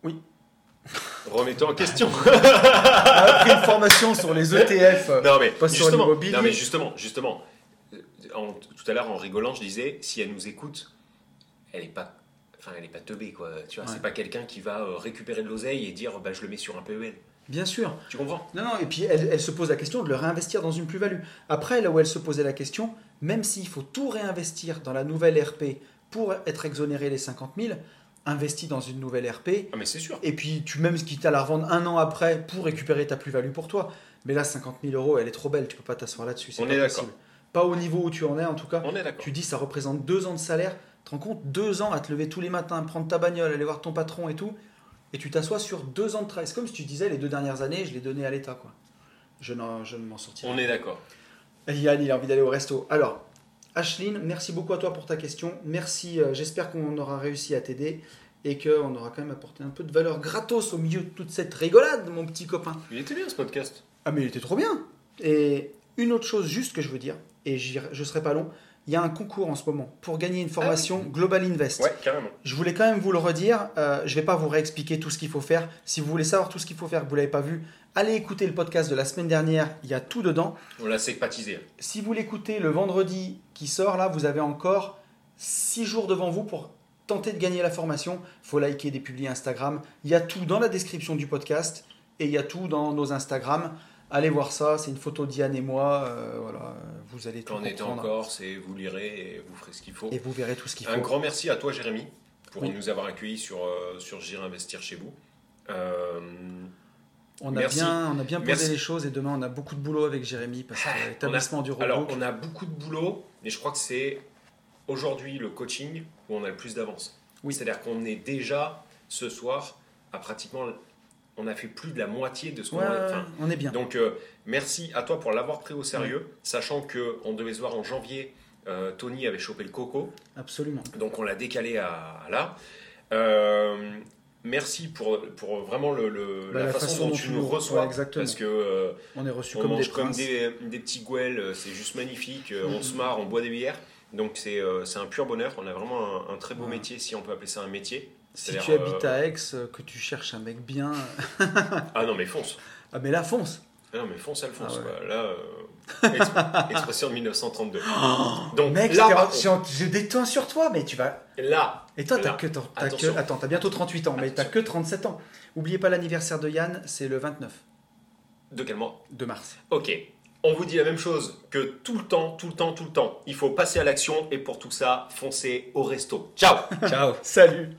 S2: Oui.
S3: Remettons en
S2: [LAUGHS]
S3: question.
S2: après une formation sur les E ETF.
S3: non mais
S2: Pas sur
S3: justement,
S2: l'immobilier.
S3: non mais justement, justement. euh, en- tout à l'heure en rigolant, je disais si elle nous écoute, elle est pas enfin elle est pas teubée quoi, tu vois,
S2: Ouais.
S3: c'est pas quelqu'in qui va euh, récupérer de l'oseille et dire bah je le mets sur un PEL.
S2: Bien sûr.
S3: Tu comprends
S2: Non, non, et puis elle, elle se pose la question de le réinvestir dans une plus-value. Après, là où elle se posait la question, même s'il faut tout réinvestir dans la nouvelle RP pour être exonéré les 50 000, investis dans une nouvelle RP,
S3: Ah mais c'est sûr.
S2: et puis tu même quitte à la revendre un an après pour récupérer ta plus-value pour toi. Mais là, 50 000 euros, elle est trop belle, tu peux pas t'asseoir là-dessus. c'est
S3: On
S2: pas
S3: est
S2: possible. Pas au niveau où tu en es, en tout cas.
S3: On est d'accord.
S2: Tu dis, ça représente deux ans de salaire. Tu te rends compte, deux ans à te lever tous les matins, prendre ta bagnole, aller voir ton patron et tout. Et tu t'assois sur deux ans de travail. C'est comme si tu disais, les deux dernières années, je les donnais à l'État. quoi. Je, n'en- je ne m'en sortirai
S3: On est d'accord.
S2: pas. Et Yann, il a envie d'aller au resto. Alors, Ashline, merci beaucoup à toi pour ta question. Merci, euh, j'espère qu'on aura réussi à t'aider et qu'on aura quand même apporté un peu de valeur gratos au milieu de toute cette rigolade, mon petit copain.
S3: Il était bien ce podcast.
S2: Ah mais il était trop bien Et une autre chose juste que je veux dire, et j'y- je serai pas long, il y a un concours en ce moment pour gagner une formation Global Invest.
S3: Ouais, carrément.
S2: Je voulais quand même vous le redire, euh, je vais pas vous réexpliquer tout ce qu'il faut faire. Si vous voulez savoir tout ce qu'il faut faire, que vous l'avez pas vu, allez écouter le podcast de la semaine dernière, il y a tout dedans.
S3: On l'a sympathisé.
S2: Si vous l'écoutez le vendredi qui sort, là, vous avez encore 6 jours devant vous pour tenter de gagner la formation. faut liker des publis Instagram. Il y a tout dans la description du podcast et il y a tout dans nos Instagram. Allez voir ça, c'est une photo d'Yann et moi. euh, voilà, euh, vous allez tout
S3: Quand on était en
S2: comprendre
S3: Corse et vous lirez et vous ferez ce qu'il faut.
S2: et vous verrez tout ce qu'il
S3: Un
S2: faut.
S3: grand merci à toi, Jérémy, pour
S2: Oui.
S3: nous avoir accueillis sur, euh, sur J'irai investir chez vous. Euh,
S2: On a,
S3: Merci.
S2: bien, on a bien posé
S3: Merci. Ah,
S2: les choses et demain on a beaucoup de boulot avec Jérémy parce que euh, établissement du
S3: alors,
S2: robot.
S3: on a beaucoup de boulot, mais je crois que c'est aujourd'hui le coaching où on a le plus d'avance.
S2: Oui.
S3: C'est-à-dire qu'on est déjà ce soir à pratiquement. On a fait plus de la moitié de ce qu'on
S2: Ouais,
S3: a. enfin,
S2: on est bien.
S3: Donc euh, merci à toi pour l'avoir pris au sérieux, sachant que on devait se voir en janvier. euh, Tony avait chopé le coco,
S2: Absolument.
S3: donc on l'a décalé à, à là. Euh, merci pour, pour vraiment le, le-
S2: Bah,
S3: la, façon, dont tu nous reçois,
S2: ouais, exactement.
S3: parce que euh,
S2: On est reçu
S3: on
S2: comme des
S3: mange comme
S2: princes.
S3: des, des petits gouels, euh, c'est juste magnifique. euh, On
S2: Mhm.
S3: se marre, on boit des bières. Donc c'est euh, c'est un pur bonheur. On a vraiment un, un très beau
S2: Ouais.
S3: métier, si on peut appeler ça un métier.
S2: Si
S3: C'est-à-dire,
S2: tu
S3: euh,
S2: habites à Aix, euh, que tu cherches un mec bien, [LAUGHS]
S3: Ah non mais fonce.
S2: Ah mais là fonce
S3: Ah non mais fonce, elle fonce.
S2: Ah ouais.
S3: quoi. Là, euh,
S2: [LAUGHS]
S3: exp- expression de 1932. Donc
S2: Oh, Mec,
S3: là,
S2: t'es
S3: par
S2: en-
S3: contre,
S2: j'ai en- j'ai des temps sur toi, mais tu vas...
S3: là,
S2: Et toi, t'as
S3: Là,
S2: que, t'as- t'as
S3: attention.
S2: que- Attends, t'as bientôt 38 ans, mais t'as que 37 ans. Oubliez pas l'anniversaire de Yann, c'est le 29
S3: de quel mois
S2: de mars.
S3: Ok. On vous dit la même chose que tout le temps, tout le temps, tout le temps. Il faut passer à l'action et pour tout ça, foncez au resto. Ciao
S4: Ciao
S2: Salut